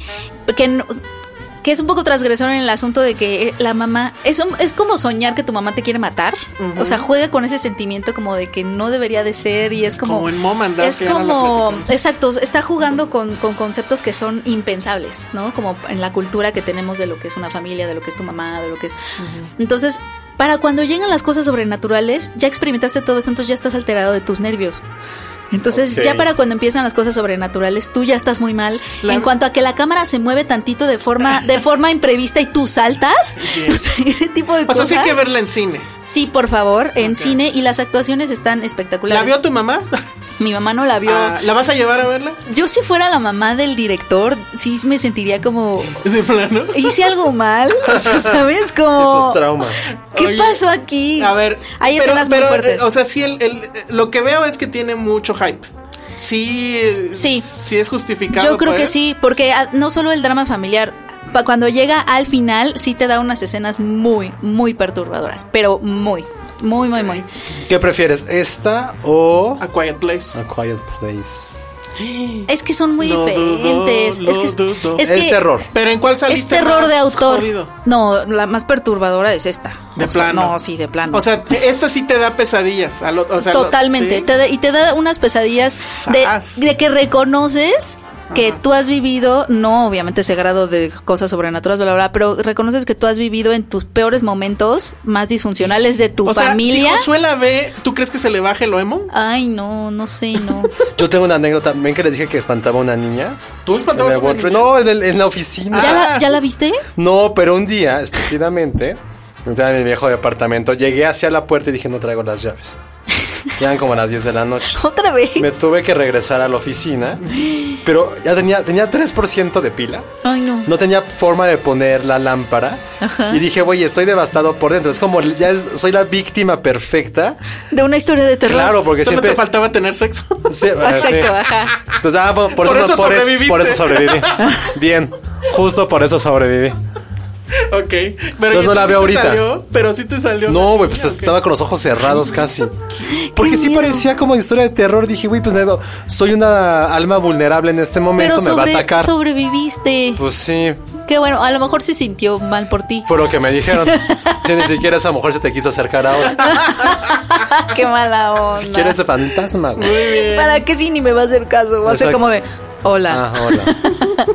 [SPEAKER 3] que no- que es un poco transgresor en el asunto de que eh, la mamá es un- es como soñar que tu mamá te quiere matar, o sea, juega con ese sentimiento como de que no debería de ser y es como
[SPEAKER 4] Como en Mom and Dad,
[SPEAKER 3] es
[SPEAKER 4] que ya no la
[SPEAKER 3] como
[SPEAKER 4] platicamos.
[SPEAKER 3] exacto, está jugando con, con conceptos que son impensables, ¿no? Como en la cultura que tenemos de lo que es una familia, de lo que es tu mamá, de lo que es Entonces, para cuando llegan las cosas sobrenaturales, ya experimentaste todo eso, entonces ya estás alterado de tus nervios. Entonces,
[SPEAKER 2] Ok.
[SPEAKER 3] ya para cuando empiezan las cosas sobrenaturales, tú ya estás muy mal.
[SPEAKER 4] La-
[SPEAKER 3] En cuanto a que la cámara se mueve tantito de forma, de forma imprevista y tú saltas, o sea, ese tipo de
[SPEAKER 4] O sea,
[SPEAKER 3] cosas.
[SPEAKER 4] sí hay que verla en cine.
[SPEAKER 3] Sí, por favor, en cine y las actuaciones están
[SPEAKER 4] ¿La
[SPEAKER 3] espectaculares.
[SPEAKER 4] vio tu mamá?
[SPEAKER 3] Mi mamá no la vio.
[SPEAKER 4] Ah, ¿La vas a llevar a verla?
[SPEAKER 3] Yo si fuera la mamá del director, sí me sentiría como
[SPEAKER 4] De plano.
[SPEAKER 3] hice algo mal, o sea, ¿sabes?
[SPEAKER 2] Esos
[SPEAKER 3] Como
[SPEAKER 2] traumas.
[SPEAKER 3] ¿Qué
[SPEAKER 4] Oye,
[SPEAKER 3] pasó aquí?
[SPEAKER 4] A ver.
[SPEAKER 3] hay
[SPEAKER 4] pero-
[SPEAKER 3] escenas
[SPEAKER 4] pero,
[SPEAKER 3] muy fuertes.
[SPEAKER 4] eh, O sea, sí, el, el- eh, lo que veo es que tiene mucho hype. Sí. eh,
[SPEAKER 3] Sí.
[SPEAKER 4] Sí es justificado.
[SPEAKER 3] Yo creo
[SPEAKER 4] por
[SPEAKER 3] que
[SPEAKER 4] él.
[SPEAKER 3] sí, porque ah, no solo el drama familiar, pa- cuando llega al final sí te da unas escenas muy, muy perturbadoras, pero muy, muy, muy, muy.
[SPEAKER 2] ¿Qué prefieres, esta o
[SPEAKER 4] A Quiet Place.
[SPEAKER 2] A Quiet Place?
[SPEAKER 3] Es que son muy
[SPEAKER 4] Lo
[SPEAKER 3] diferentes.
[SPEAKER 4] dudo,
[SPEAKER 3] es que es,
[SPEAKER 4] lo dudo.
[SPEAKER 3] es
[SPEAKER 2] Es
[SPEAKER 3] que
[SPEAKER 2] terror.
[SPEAKER 4] Pero ¿en cuál
[SPEAKER 3] es
[SPEAKER 4] saliste?
[SPEAKER 3] terror
[SPEAKER 4] más
[SPEAKER 3] de autor.
[SPEAKER 4] jodido?
[SPEAKER 3] No, la más perturbadora es esta.
[SPEAKER 4] De
[SPEAKER 3] O sea,
[SPEAKER 4] plano.
[SPEAKER 3] no, sí, de plano.
[SPEAKER 4] O sea, esta sí te da pesadillas. al o- o sea, lo-
[SPEAKER 3] Totalmente.
[SPEAKER 4] sí.
[SPEAKER 3] Te da- y te da unas pesadillas de,
[SPEAKER 2] Ah,
[SPEAKER 4] Sas.
[SPEAKER 3] de que reconoces que tú has vivido, no obviamente ese grado de cosas sobrenaturales, bla, bla, bla, pero reconoces que tú has vivido en tus peores momentos más disfuncionales de tu
[SPEAKER 4] O sea,
[SPEAKER 3] familia.
[SPEAKER 4] si Josué la ve, ¿tú crees que se le baje lo emo?
[SPEAKER 3] Ay, no, no sé, no.
[SPEAKER 2] Yo tengo una anécdota. ¿Ven que les dije que espantaba a una niña?
[SPEAKER 4] ¿Tú espantabas
[SPEAKER 2] En
[SPEAKER 4] a
[SPEAKER 2] el
[SPEAKER 4] una
[SPEAKER 2] World Trade-
[SPEAKER 4] niña?
[SPEAKER 2] No, en, el- en la oficina.
[SPEAKER 3] ¿Ya, la, ya la viste?
[SPEAKER 2] No, pero un día, estúpidamente, me estaba en mi viejo departamento, llegué hacia la puerta y dije, no traigo las llaves. Eran como las 10 de la noche.
[SPEAKER 3] Otra vez.
[SPEAKER 2] Me tuve que regresar a la oficina, pero ya tenía, tenía 3% de pila.
[SPEAKER 3] Ay, no.
[SPEAKER 2] No tenía forma de poner la lámpara.
[SPEAKER 3] Ajá.
[SPEAKER 2] Y dije, güey, estoy devastado por dentro. Es como, ya es- soy la víctima perfecta.
[SPEAKER 3] De una historia de terror.
[SPEAKER 2] Claro, porque
[SPEAKER 4] Solo
[SPEAKER 2] siempre...
[SPEAKER 4] te faltaba tener sexo.
[SPEAKER 2] Sí, ah, sí.
[SPEAKER 3] Exacto, ajá.
[SPEAKER 2] Entonces, ah, por, por
[SPEAKER 4] Por
[SPEAKER 2] eso,
[SPEAKER 4] eso
[SPEAKER 2] por, eso-
[SPEAKER 4] sobreviviste.
[SPEAKER 2] por eso sobreviví. Bien, justo por eso sobreviví.
[SPEAKER 4] ok. Pero
[SPEAKER 2] Entonces
[SPEAKER 4] ¿y
[SPEAKER 2] no la
[SPEAKER 4] eso
[SPEAKER 2] veo
[SPEAKER 4] sí te
[SPEAKER 2] ahorita.
[SPEAKER 4] Salió, pero sí te salió.
[SPEAKER 2] No,
[SPEAKER 4] la
[SPEAKER 2] güey, pues
[SPEAKER 4] niña, ¿o qué?
[SPEAKER 2] estaba con los ojos cerrados casi. Porque sí parecía como historia de terror. Dije, güey, pues me veo- soy una alma vulnerable en este momento,
[SPEAKER 3] Pero
[SPEAKER 2] me va a
[SPEAKER 3] sobre-
[SPEAKER 2] atacar.
[SPEAKER 3] sobreviviste.
[SPEAKER 2] Pues sí,
[SPEAKER 3] Qué bueno, a lo mejor se sintió mal por ti.
[SPEAKER 2] fue lo que me dijeron. Si ni siquiera esa mujer se te quiso acercar ahora.
[SPEAKER 3] Qué mala onda.
[SPEAKER 2] Si quieres ese fantasma, güey.
[SPEAKER 3] ¿Para qué si ni me va a hacer caso? Va a ser
[SPEAKER 2] Exacto.
[SPEAKER 3] como de. Hola.
[SPEAKER 2] Ah, hola.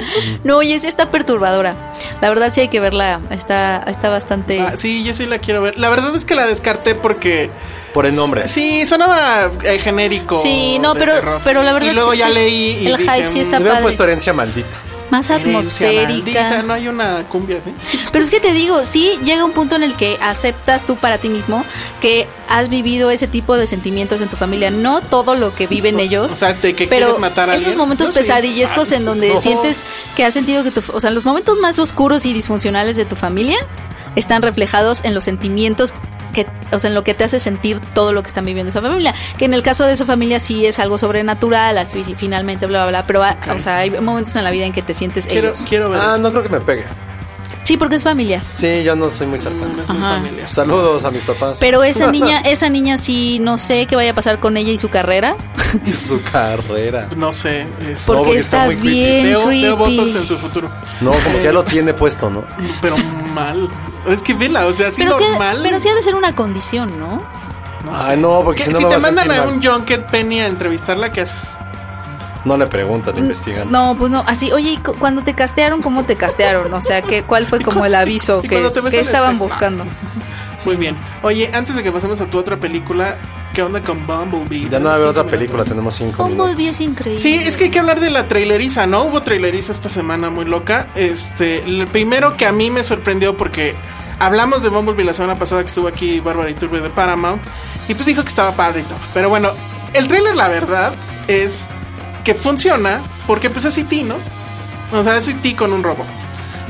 [SPEAKER 3] No, oye, sí está perturbadora. La verdad sí hay que verla. Está, está bastante.
[SPEAKER 4] Ah, sí, yo sí la quiero ver. La verdad es que la descarté porque.
[SPEAKER 2] Por el nombre.
[SPEAKER 4] Sí, sonaba eh, genérico.
[SPEAKER 3] Sí, no,
[SPEAKER 4] de
[SPEAKER 3] pero-
[SPEAKER 4] terror.
[SPEAKER 3] pero la verdad
[SPEAKER 4] Y luego
[SPEAKER 3] sí,
[SPEAKER 4] ya
[SPEAKER 3] sí.
[SPEAKER 4] leí. Y
[SPEAKER 3] El
[SPEAKER 4] dije,
[SPEAKER 3] hype sí
[SPEAKER 4] "Mm,
[SPEAKER 3] está
[SPEAKER 2] Le hubieran
[SPEAKER 3] padre.
[SPEAKER 2] puesto herencia maldita.
[SPEAKER 3] Más
[SPEAKER 4] herencia maldita".
[SPEAKER 3] atmosférica.
[SPEAKER 4] No hay una cumbia así.
[SPEAKER 3] Pero es que te digo, sí llega un punto en el que aceptas tú para ti mismo que has vivido ese tipo de sentimientos en tu familia. No todo lo que viven ellos.
[SPEAKER 4] O sea, de que
[SPEAKER 3] pero
[SPEAKER 4] quieres matar a
[SPEAKER 3] esos
[SPEAKER 4] alguien.
[SPEAKER 3] momentos
[SPEAKER 4] Yo sí.
[SPEAKER 3] pesadillescos en donde
[SPEAKER 4] No.
[SPEAKER 3] sientes que has sentido que tu. O sea, los momentos más oscuros y disfuncionales de tu familia están reflejados en los sentimientos. Que, o sea, en lo que te hace sentir todo lo que están viviendo esa familia. Que en el caso de esa familia sí es algo sobrenatural, al fi- finalmente, bla, bla, bla. Pero, ah, o sea, hay momentos en la vida en que te sientes
[SPEAKER 4] Quiero,
[SPEAKER 3] ellos.
[SPEAKER 4] quiero ver.
[SPEAKER 2] Ah,
[SPEAKER 4] eso.
[SPEAKER 2] no creo que me pegue.
[SPEAKER 3] Sí, porque es familiar.
[SPEAKER 2] Sí, yo no soy muy
[SPEAKER 4] No,
[SPEAKER 2] cercano.
[SPEAKER 4] no es muy
[SPEAKER 3] Ajá.
[SPEAKER 4] familiar.
[SPEAKER 2] Saludos a mis papás.
[SPEAKER 3] Pero esa niña, esa niña sí, no sé qué vaya a pasar con ella y su carrera,
[SPEAKER 2] Y su carrera.
[SPEAKER 4] No sé. es-
[SPEAKER 3] porque,
[SPEAKER 2] porque está
[SPEAKER 3] está,
[SPEAKER 2] muy creepy.
[SPEAKER 3] bien
[SPEAKER 4] veo,
[SPEAKER 3] creepy.
[SPEAKER 4] veo Botox en su futuro.
[SPEAKER 2] No, como que ya lo tiene puesto, ¿no?
[SPEAKER 4] Pero mal. Es que vela, o sea, así
[SPEAKER 3] pero, sí, ha-
[SPEAKER 4] normal.
[SPEAKER 3] pero sí ha de ser una condición, ¿no?
[SPEAKER 4] No sé.
[SPEAKER 2] Ay, no, porque
[SPEAKER 4] Que
[SPEAKER 2] si
[SPEAKER 4] Si,
[SPEAKER 2] no me
[SPEAKER 4] te
[SPEAKER 2] voy a
[SPEAKER 4] mandan
[SPEAKER 2] sentir
[SPEAKER 4] a
[SPEAKER 2] mal.
[SPEAKER 4] un junket Penny a entrevistarla, ¿qué haces?
[SPEAKER 2] No le preguntan, le investigan.
[SPEAKER 3] No, pues no, así, oye, ¿y cu- cuando te castearon, ¿cómo te castearon? O sea, ¿qué, ¿cuál fue como el aviso
[SPEAKER 4] y
[SPEAKER 3] que,
[SPEAKER 4] cuando te este, ves
[SPEAKER 3] que
[SPEAKER 4] al
[SPEAKER 3] estaban
[SPEAKER 4] espejo?
[SPEAKER 3] buscando?
[SPEAKER 4] Muy bien. Oye, antes de que pasemos a tu otra película, ¿qué onda con Bumblebee?
[SPEAKER 2] Ya no va a haber
[SPEAKER 4] Cinco
[SPEAKER 2] otra
[SPEAKER 4] minutos.
[SPEAKER 2] película, tenemos cinco minutos.
[SPEAKER 3] Bumblebee es increíble.
[SPEAKER 4] Sí, es que hay que hablar de la traileriza, ¿no? Hubo traileriza esta semana muy loca. Este, el primero que a mí me sorprendió porque hablamos de Bumblebee la semana pasada que estuvo aquí Bárbara Iturbe de Paramount y pues dijo que estaba padre y todo. Pero bueno, el trailer la verdad es que funciona porque pues es IT, ¿no? O sea, es IT con un robot.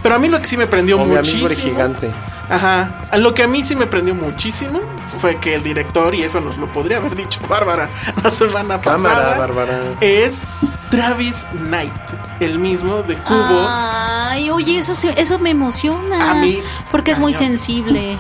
[SPEAKER 4] Pero a mí lo que sí me prendió
[SPEAKER 2] Como mi amigo
[SPEAKER 4] muchísimo.
[SPEAKER 2] el gigante.
[SPEAKER 4] Ajá. A Lo que a mí sí me prendió muchísimo fue que el director, y eso nos lo podría haber dicho Bárbara la semana
[SPEAKER 2] Cámara,
[SPEAKER 4] pasada,
[SPEAKER 2] Bárbara.
[SPEAKER 3] Eh,
[SPEAKER 4] es Travis Knight, el mismo de Cubo.
[SPEAKER 3] Ah. Ay, oye, eso sí- eso me emociona.
[SPEAKER 4] A mí-
[SPEAKER 3] porque es muy
[SPEAKER 4] Ay, no.
[SPEAKER 3] sensible.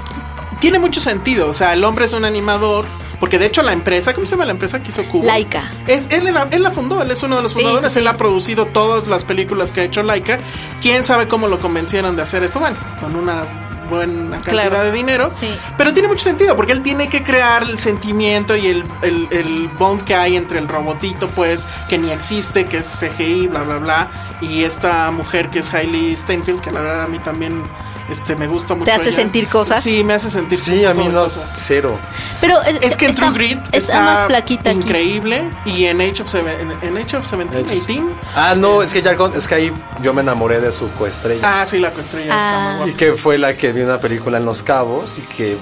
[SPEAKER 4] Tiene mucho sentido, o sea, el hombre es un animador, porque de hecho la empresa, ¿cómo se llama la empresa que hizo Cubo?
[SPEAKER 3] Laika.
[SPEAKER 4] Es, él, era- él la fundó, él es uno de los
[SPEAKER 3] Sí,
[SPEAKER 4] fundadores,
[SPEAKER 3] sí, sí.
[SPEAKER 4] él ha producido todas las películas que ha hecho Laika. ¿Quién sabe cómo lo convencieron de hacer esto? Bueno, con una buena cantidad
[SPEAKER 3] Claro.
[SPEAKER 4] de dinero.
[SPEAKER 3] Sí.
[SPEAKER 4] Pero tiene mucho sentido, porque él tiene que crear el sentimiento y el, el, el bond que hay entre el robotito, pues, que ni existe, que es CGI, bla, bla, bla, y esta mujer que es Hailey Steinfeld, que la verdad a mí también este, me gusta mucho.
[SPEAKER 3] hace sentir cosas?
[SPEAKER 4] Sí, me hace sentir
[SPEAKER 2] Sí, a
[SPEAKER 4] un
[SPEAKER 2] mí
[SPEAKER 4] poco de
[SPEAKER 2] no,
[SPEAKER 4] cosas.
[SPEAKER 2] cero.
[SPEAKER 3] Pero es,
[SPEAKER 4] Es que en
[SPEAKER 3] está,
[SPEAKER 4] True Grit
[SPEAKER 3] está más flaquita aquí.
[SPEAKER 4] increíble y en Age of, Seven, en Age of 17, 18.
[SPEAKER 2] Ah,
[SPEAKER 3] Eh.
[SPEAKER 2] no, es que ya con- es que ahí yo me enamoré de su coestrella.
[SPEAKER 4] Ah, sí, la coestrella
[SPEAKER 3] Ah.
[SPEAKER 4] está muy
[SPEAKER 2] Y
[SPEAKER 4] guapa.
[SPEAKER 2] que fue la que vi una película en Los Cabos y que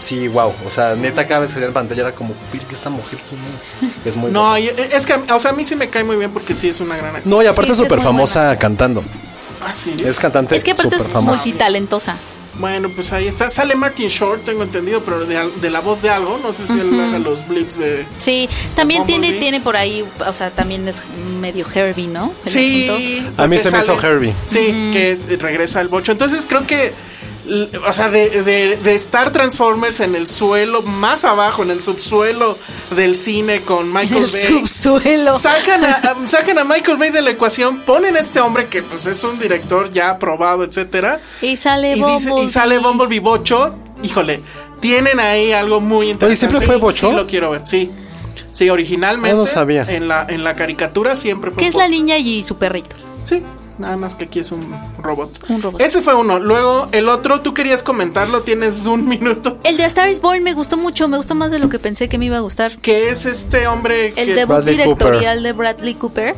[SPEAKER 2] sí, wow. O sea, neta cada vez que salía en pantalla era como, "Pero, ¿qué esta mujer quién es? Es muy
[SPEAKER 4] No,
[SPEAKER 2] guapa.
[SPEAKER 4] y- es que, o sea, a mí sí me cae muy bien porque sí es una gran actriz.
[SPEAKER 2] No, y aparte
[SPEAKER 3] eh,
[SPEAKER 2] es
[SPEAKER 3] Sí, es que es
[SPEAKER 2] súper
[SPEAKER 3] muy
[SPEAKER 2] famosa cantando.
[SPEAKER 4] Ah, sí.
[SPEAKER 2] Es cantante.
[SPEAKER 3] Es que aparte es
[SPEAKER 2] superfamosa.
[SPEAKER 3] multitalentosa.
[SPEAKER 4] Bueno, pues ahí está. Sale Martin Short, tengo entendido, pero de, al- de la voz de algo. No sé si él haga los blips de.
[SPEAKER 3] Sí, también tiene,
[SPEAKER 4] Bumblebee.
[SPEAKER 3] tiene por ahí, o sea, también es medio Herbie, ¿no? El asunto.
[SPEAKER 4] Sí.
[SPEAKER 2] A mí se
[SPEAKER 4] porque
[SPEAKER 2] me hizo
[SPEAKER 4] sale-
[SPEAKER 2] Herbie.
[SPEAKER 4] Sí, que es- regresa el bocho. Entonces creo que. l- O sea, de, de, de estar Transformers en el suelo, más abajo, en el subsuelo del cine con Michael
[SPEAKER 3] El
[SPEAKER 4] Bay.
[SPEAKER 3] subsuelo.
[SPEAKER 4] Sacan a, a- sacan a Michael Bay de la ecuación, ponen a este hombre que pues es un director ya aprobado, etcétera.
[SPEAKER 3] Y sale
[SPEAKER 4] y, dice-
[SPEAKER 3] Bumblebee.
[SPEAKER 4] y sale Bumblebee Bocho. Híjole, tienen ahí algo muy interesante.
[SPEAKER 2] ¿siempre fue
[SPEAKER 4] Sí,
[SPEAKER 2] Bocho?
[SPEAKER 4] Sí, lo quiero ver, sí. Sí, originalmente.
[SPEAKER 2] Yo no sabía.
[SPEAKER 4] En la, en la caricatura siempre fue.
[SPEAKER 3] Que
[SPEAKER 4] un
[SPEAKER 3] es la
[SPEAKER 4] Bocho.
[SPEAKER 3] niña y su perrito.
[SPEAKER 4] Sí, nada más que aquí es un robot.
[SPEAKER 3] Un robot.
[SPEAKER 4] Ese fue uno. Luego, el otro, tú querías comentarlo, tienes un minuto.
[SPEAKER 3] El de A Star is Born me gustó mucho, me gustó más de lo que pensé que me iba a gustar.
[SPEAKER 4] Que es este hombre.
[SPEAKER 3] El
[SPEAKER 4] que-
[SPEAKER 3] debut
[SPEAKER 2] Bradley
[SPEAKER 3] directorial de Bradley Cooper.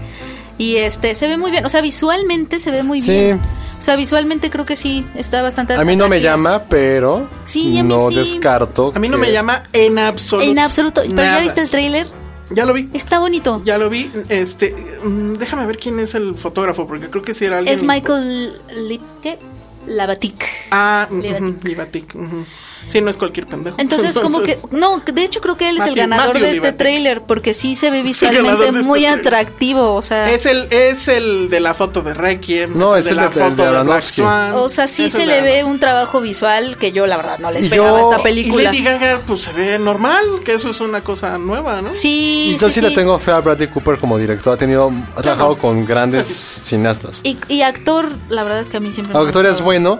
[SPEAKER 3] Y este, se ve muy bien. O sea, visualmente se ve muy
[SPEAKER 2] Sí.
[SPEAKER 3] bien. O sea, visualmente creo que sí, está bastante
[SPEAKER 2] A mí no me
[SPEAKER 3] atractivo.
[SPEAKER 2] llama, pero
[SPEAKER 3] Sí, a mí
[SPEAKER 2] no
[SPEAKER 3] sí.
[SPEAKER 2] descarto.
[SPEAKER 4] A mí no
[SPEAKER 2] que-
[SPEAKER 4] me llama en absoluto.
[SPEAKER 3] En absoluto. Pero
[SPEAKER 4] Nada.
[SPEAKER 3] ya viste el Este. tráiler,
[SPEAKER 4] Ya lo vi.
[SPEAKER 3] está bonito.
[SPEAKER 4] Ya lo vi. Este, mm, déjame ver quién es el fotógrafo, porque creo que si era alguien.
[SPEAKER 3] Es Michael Lipke Lavatic.
[SPEAKER 4] Ah,
[SPEAKER 3] Libatic.
[SPEAKER 4] ujú, Libatic, ujú. Sí, no es cualquier pendejo.
[SPEAKER 3] Entonces, como que, no, de hecho creo que él es el
[SPEAKER 4] Matthew-
[SPEAKER 3] ganador
[SPEAKER 4] Matthew
[SPEAKER 3] de este
[SPEAKER 4] Libatic.
[SPEAKER 3] tráiler porque sí se ve
[SPEAKER 4] ganador de
[SPEAKER 3] visualmente
[SPEAKER 4] este
[SPEAKER 3] muy
[SPEAKER 4] tráiler.
[SPEAKER 3] atractivo, o sea,
[SPEAKER 4] Es el, es el de la foto de Requiem.
[SPEAKER 2] No, es el
[SPEAKER 4] de la
[SPEAKER 2] de- de
[SPEAKER 4] foto de, Black
[SPEAKER 2] Aronofsky.
[SPEAKER 4] Swan.
[SPEAKER 3] o sea, sí
[SPEAKER 4] Es
[SPEAKER 3] se
[SPEAKER 4] el
[SPEAKER 3] le
[SPEAKER 4] de
[SPEAKER 3] ve
[SPEAKER 4] Aronofsky.
[SPEAKER 3] un trabajo visual que yo la verdad no le
[SPEAKER 2] Y
[SPEAKER 3] esperaba a
[SPEAKER 2] yo-
[SPEAKER 3] esta
[SPEAKER 4] Y
[SPEAKER 3] película.
[SPEAKER 4] Lady Gaga, pues se ve normal, que eso es una cosa nueva, ¿no?
[SPEAKER 3] Sí,
[SPEAKER 2] Y yo
[SPEAKER 3] sí,
[SPEAKER 2] sí, le
[SPEAKER 3] sí.
[SPEAKER 2] tengo fe a Bradley Cooper como director. Ha tenido, ha trabajado con grandes cineastas.
[SPEAKER 3] Y, y actor, la verdad es que a mí siempre me
[SPEAKER 2] Actor es
[SPEAKER 3] gustaba.
[SPEAKER 2] bueno.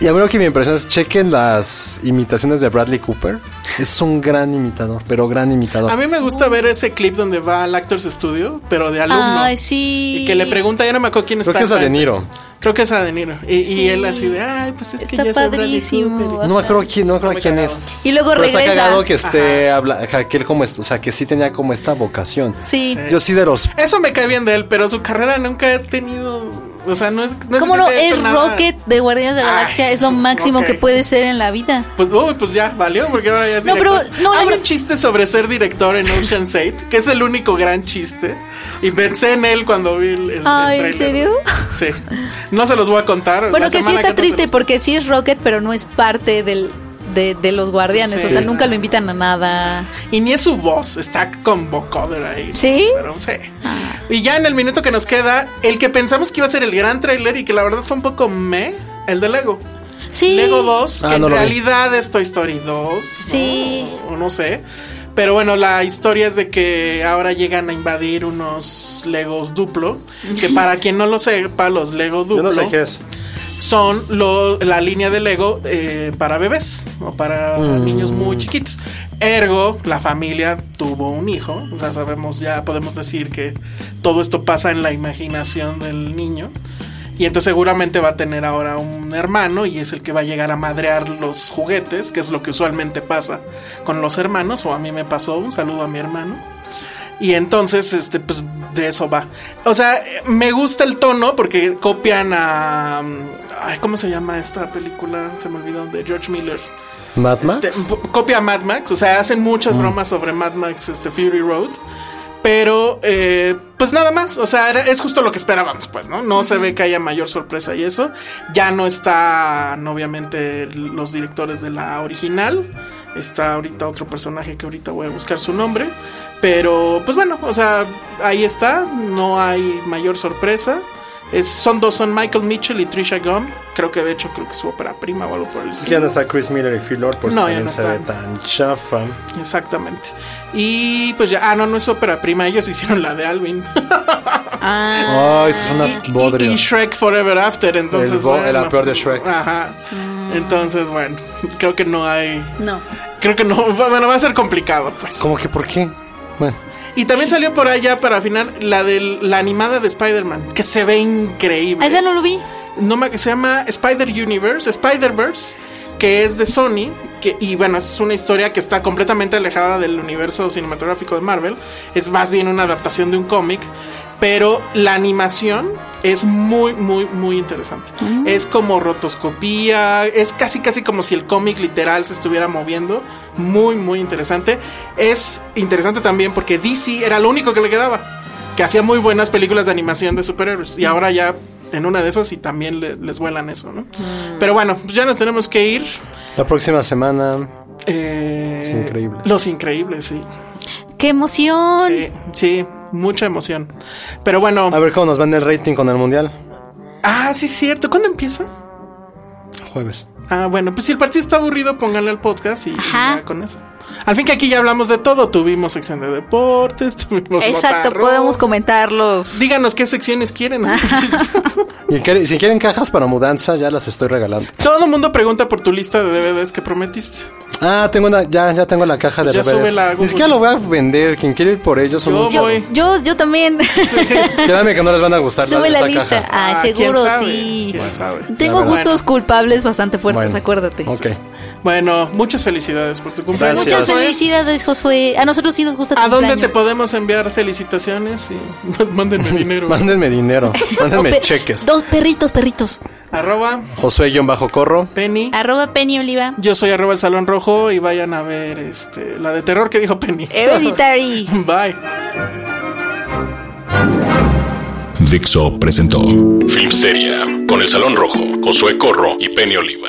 [SPEAKER 2] Y a mí lo que me impresiona es chequen las imitaciones de Bradley Cooper. Es un gran imitador, pero gran imitador.
[SPEAKER 4] A mí me gusta ver ese clip donde va al Actors Studio, pero de alumno.
[SPEAKER 3] Ay, sí.
[SPEAKER 4] Y que le pregunta, ya no me acuerdo quién
[SPEAKER 2] Creo
[SPEAKER 4] está.
[SPEAKER 2] que es a De
[SPEAKER 4] enfrente.
[SPEAKER 2] Niro.
[SPEAKER 4] Creo que es a De Niro. Y,
[SPEAKER 3] Sí.
[SPEAKER 4] y él así de, ay, pues es que
[SPEAKER 3] Está
[SPEAKER 4] ya soy Bradley
[SPEAKER 3] padrísimo.
[SPEAKER 4] Cooper".
[SPEAKER 3] Ajá.
[SPEAKER 2] No me acuerdo quién, no me acuerdo
[SPEAKER 4] Está
[SPEAKER 2] quién
[SPEAKER 4] muy
[SPEAKER 2] es.
[SPEAKER 4] cagado.
[SPEAKER 3] Y luego
[SPEAKER 2] Pero está
[SPEAKER 3] regresa.
[SPEAKER 2] cagado que esté habla, ja, que él como es- o sea, que sí tenía como esta vocación.
[SPEAKER 3] Sí.
[SPEAKER 2] Yo sí de los
[SPEAKER 4] Eso me cae bien de él, pero su carrera nunca ha tenido. O sea, no es. No
[SPEAKER 3] ¿Cómo no?
[SPEAKER 4] que haya hecho
[SPEAKER 3] Es
[SPEAKER 4] nada.
[SPEAKER 3] Rocket de Guardianes de la
[SPEAKER 4] Ay,
[SPEAKER 3] Galaxia, es lo máximo
[SPEAKER 4] ok.
[SPEAKER 3] que puede ser en la vida.
[SPEAKER 4] Pues, uy, pues ya, valió, porque ahora ya es
[SPEAKER 3] No,
[SPEAKER 4] director.
[SPEAKER 3] pero, no, la
[SPEAKER 4] Hay
[SPEAKER 3] verdad-
[SPEAKER 4] un chiste sobre ser director en Ocean's 8, que es el único gran chiste. Y pensé en él cuando vi el.
[SPEAKER 3] Ay,
[SPEAKER 4] el- el
[SPEAKER 3] Ah, ¿en
[SPEAKER 4] tráiler.
[SPEAKER 3] serio?
[SPEAKER 4] Sí. No se los voy a contar.
[SPEAKER 3] Bueno,
[SPEAKER 4] la
[SPEAKER 3] que sí
[SPEAKER 4] semana
[SPEAKER 3] está
[SPEAKER 4] no se
[SPEAKER 3] triste
[SPEAKER 4] los-
[SPEAKER 3] porque sí es Rocket, pero no es parte del, de, de los guardianes.
[SPEAKER 4] Sí.
[SPEAKER 3] O sea, nunca lo invitan a nada.
[SPEAKER 4] Y ni es su voz, está con vocoder ahí.
[SPEAKER 3] ¿Sí? Ah.
[SPEAKER 4] Pero sí. Y ya en el minuto que nos queda, el que pensamos que iba a ser el gran tráiler y que la verdad fue un poco me, el de Lego.
[SPEAKER 3] Sí.
[SPEAKER 4] Lego 2,
[SPEAKER 2] Ah,
[SPEAKER 4] que
[SPEAKER 2] no
[SPEAKER 4] en
[SPEAKER 2] lo vi.
[SPEAKER 4] realidad es Toy Story 2.
[SPEAKER 3] Sí.
[SPEAKER 4] O, o no sé. Pero bueno, la historia es de que ahora llegan a invadir unos Legos duplo. Que para quien no lo sepa, los Lego
[SPEAKER 2] Yo
[SPEAKER 4] duplo
[SPEAKER 2] no sé qué es.
[SPEAKER 4] son lo- la línea de Lego eh, para bebés o para
[SPEAKER 2] Mm.
[SPEAKER 4] niños muy chiquitos. Ergo, la familia tuvo un hijo. O sea, sabemos ya, podemos decir que todo esto pasa en la imaginación del niño. Y entonces seguramente va a tener ahora un hermano y es el que va a llegar a madrear los juguetes, que es lo que usualmente pasa con los hermanos, o a mí me pasó, un saludo a mi hermano. Y entonces, este, pues de eso va. O sea, eh, me gusta el tono porque copian a. mm, Ay, ¿Cómo se llama esta película? Se me olvidó, de George Miller.
[SPEAKER 2] Mad Max. Mm.
[SPEAKER 4] Este, po- copia a Mad Max, o sea, hacen muchas bromas sobre Mad Max, este, Fury Road. Pero, eh, pues nada más, o sea, era- es justo lo que esperábamos, pues, ¿no? No se ve que haya mayor sorpresa y eso. Ya no están, obviamente, los directores de la original. Está ahorita otro personaje que ahorita voy a buscar su nombre. Pero, pues bueno, o sea, ahí está, no hay mayor sorpresa. Es- son dos, son Michael Mitchell y Trisha Gum. Creo que de hecho, creo que es su ópera prima o algo por el
[SPEAKER 2] Es
[SPEAKER 4] estilo.
[SPEAKER 2] que ya no está Chris Miller y Phil Lord, por
[SPEAKER 4] No,
[SPEAKER 2] eso
[SPEAKER 4] ya
[SPEAKER 2] también
[SPEAKER 4] no
[SPEAKER 2] se ve
[SPEAKER 4] están.
[SPEAKER 2] tan chafa.
[SPEAKER 4] Exactamente. Y pues ya, ah, no, no es ópera prima, ellos hicieron la de Alvin.
[SPEAKER 2] Ay, eso Ah, es una
[SPEAKER 4] Ah, Y- y-
[SPEAKER 2] bodrio.
[SPEAKER 4] Y, Shrek Forever After, entonces.
[SPEAKER 2] El bo- la peor de Shrek.
[SPEAKER 4] Ajá.
[SPEAKER 3] Mm.
[SPEAKER 4] Entonces, bueno, creo que no hay.
[SPEAKER 3] No.
[SPEAKER 4] Creo que no. Bueno, va a ser complicado, pues.
[SPEAKER 2] ¿Cómo que por qué? Bueno,
[SPEAKER 4] Y también salió por allá para afinar la de la animada de Spider-Man, que se ve increíble.
[SPEAKER 3] A esa Ah, no lo vi.
[SPEAKER 4] No me- se llama Spider Universe, Spider-Verse, que es de Sony. Que, y bueno, es una historia que está completamente alejada del universo cinematográfico de Marvel. Es más bien una adaptación de un cómic. Pero la animación es muy, muy, muy interesante. Es como rotoscopía. Es casi, casi como si el cómic literal se estuviera moviendo. Muy, muy interesante. Es interesante también porque DC era lo único que le quedaba que hacía muy buenas películas de animación de superhéroes. Y ahora ya en una de esas y también le- les vuelan eso, ¿no?
[SPEAKER 3] Mm.
[SPEAKER 4] Pero bueno, pues ya nos tenemos que ir.
[SPEAKER 2] la próxima semana.
[SPEAKER 4] Eh,
[SPEAKER 2] Los Increíbles.
[SPEAKER 4] Los increíbles, sí.
[SPEAKER 3] ¡Qué emoción!
[SPEAKER 4] Sí, sí, mucha emoción. Pero bueno.
[SPEAKER 2] A ver cómo nos va en el rating con el mundial.
[SPEAKER 4] Ah, sí, es cierto. ¿Cuándo empieza?
[SPEAKER 2] Jueves.
[SPEAKER 4] Ah, bueno, pues si el partido está aburrido, pónganle al podcast y, y
[SPEAKER 3] Ajá.
[SPEAKER 4] ya con eso. Al fin que aquí ya hablamos de todo. Tuvimos sección de deportes, tuvimos.
[SPEAKER 3] Exacto,
[SPEAKER 4] botarro.
[SPEAKER 3] podemos comentarlos.
[SPEAKER 4] Díganos qué secciones quieren.
[SPEAKER 2] Y que- si quieren cajas para mudanza, ya las estoy regalando.
[SPEAKER 4] Todo el mundo pregunta por tu lista de DVDs que prometiste.
[SPEAKER 2] Ah, tengo una, ya, ya tengo la caja
[SPEAKER 4] Pues
[SPEAKER 2] de
[SPEAKER 4] ya
[SPEAKER 2] reveres.
[SPEAKER 4] súbela a
[SPEAKER 2] Ni
[SPEAKER 4] Google.
[SPEAKER 2] siquiera lo voy a vender. Quien quiere ir por ellos son
[SPEAKER 4] Yo
[SPEAKER 2] muchos.
[SPEAKER 3] Yo,
[SPEAKER 4] voy.
[SPEAKER 3] yo, yo también.
[SPEAKER 2] Créanme que no les van a gustar
[SPEAKER 3] Sube
[SPEAKER 2] la, esa
[SPEAKER 3] la lista.
[SPEAKER 2] caja.
[SPEAKER 3] Ay,
[SPEAKER 4] Ah, ¿quién
[SPEAKER 3] seguro
[SPEAKER 4] sabe?
[SPEAKER 3] sí.
[SPEAKER 4] ¿Quién sabe?
[SPEAKER 3] Tengo
[SPEAKER 2] La verdad.
[SPEAKER 3] gustos culpables bastante fuertes,
[SPEAKER 2] Bueno,
[SPEAKER 3] acuérdate.
[SPEAKER 2] Ok.
[SPEAKER 4] Bueno, muchas felicidades por tu cumpleaños.
[SPEAKER 2] Gracias.
[SPEAKER 5] Muchas
[SPEAKER 4] Josué.
[SPEAKER 5] felicidades, Josué. A nosotros sí nos gusta tu
[SPEAKER 4] ¿A dónde te
[SPEAKER 5] cumpleaños.
[SPEAKER 4] podemos enviar felicitaciones? Y mándenme dinero.
[SPEAKER 2] Mándenme dinero,
[SPEAKER 5] O
[SPEAKER 2] mándenme
[SPEAKER 5] pe-
[SPEAKER 2] cheques.
[SPEAKER 5] Dos perritos, perritos.
[SPEAKER 4] Arroba
[SPEAKER 2] Josué-Corro.
[SPEAKER 4] Penny.
[SPEAKER 3] Arroba Penny Oliva.
[SPEAKER 4] Yo soy arroba el Salón Rojo y vayan a ver este la de terror que dijo Penny.
[SPEAKER 3] Hereditary.
[SPEAKER 4] Bye.
[SPEAKER 1] Dixo presentó Film Seria con El Salón Rojo, Josué Corro y Penny Oliva.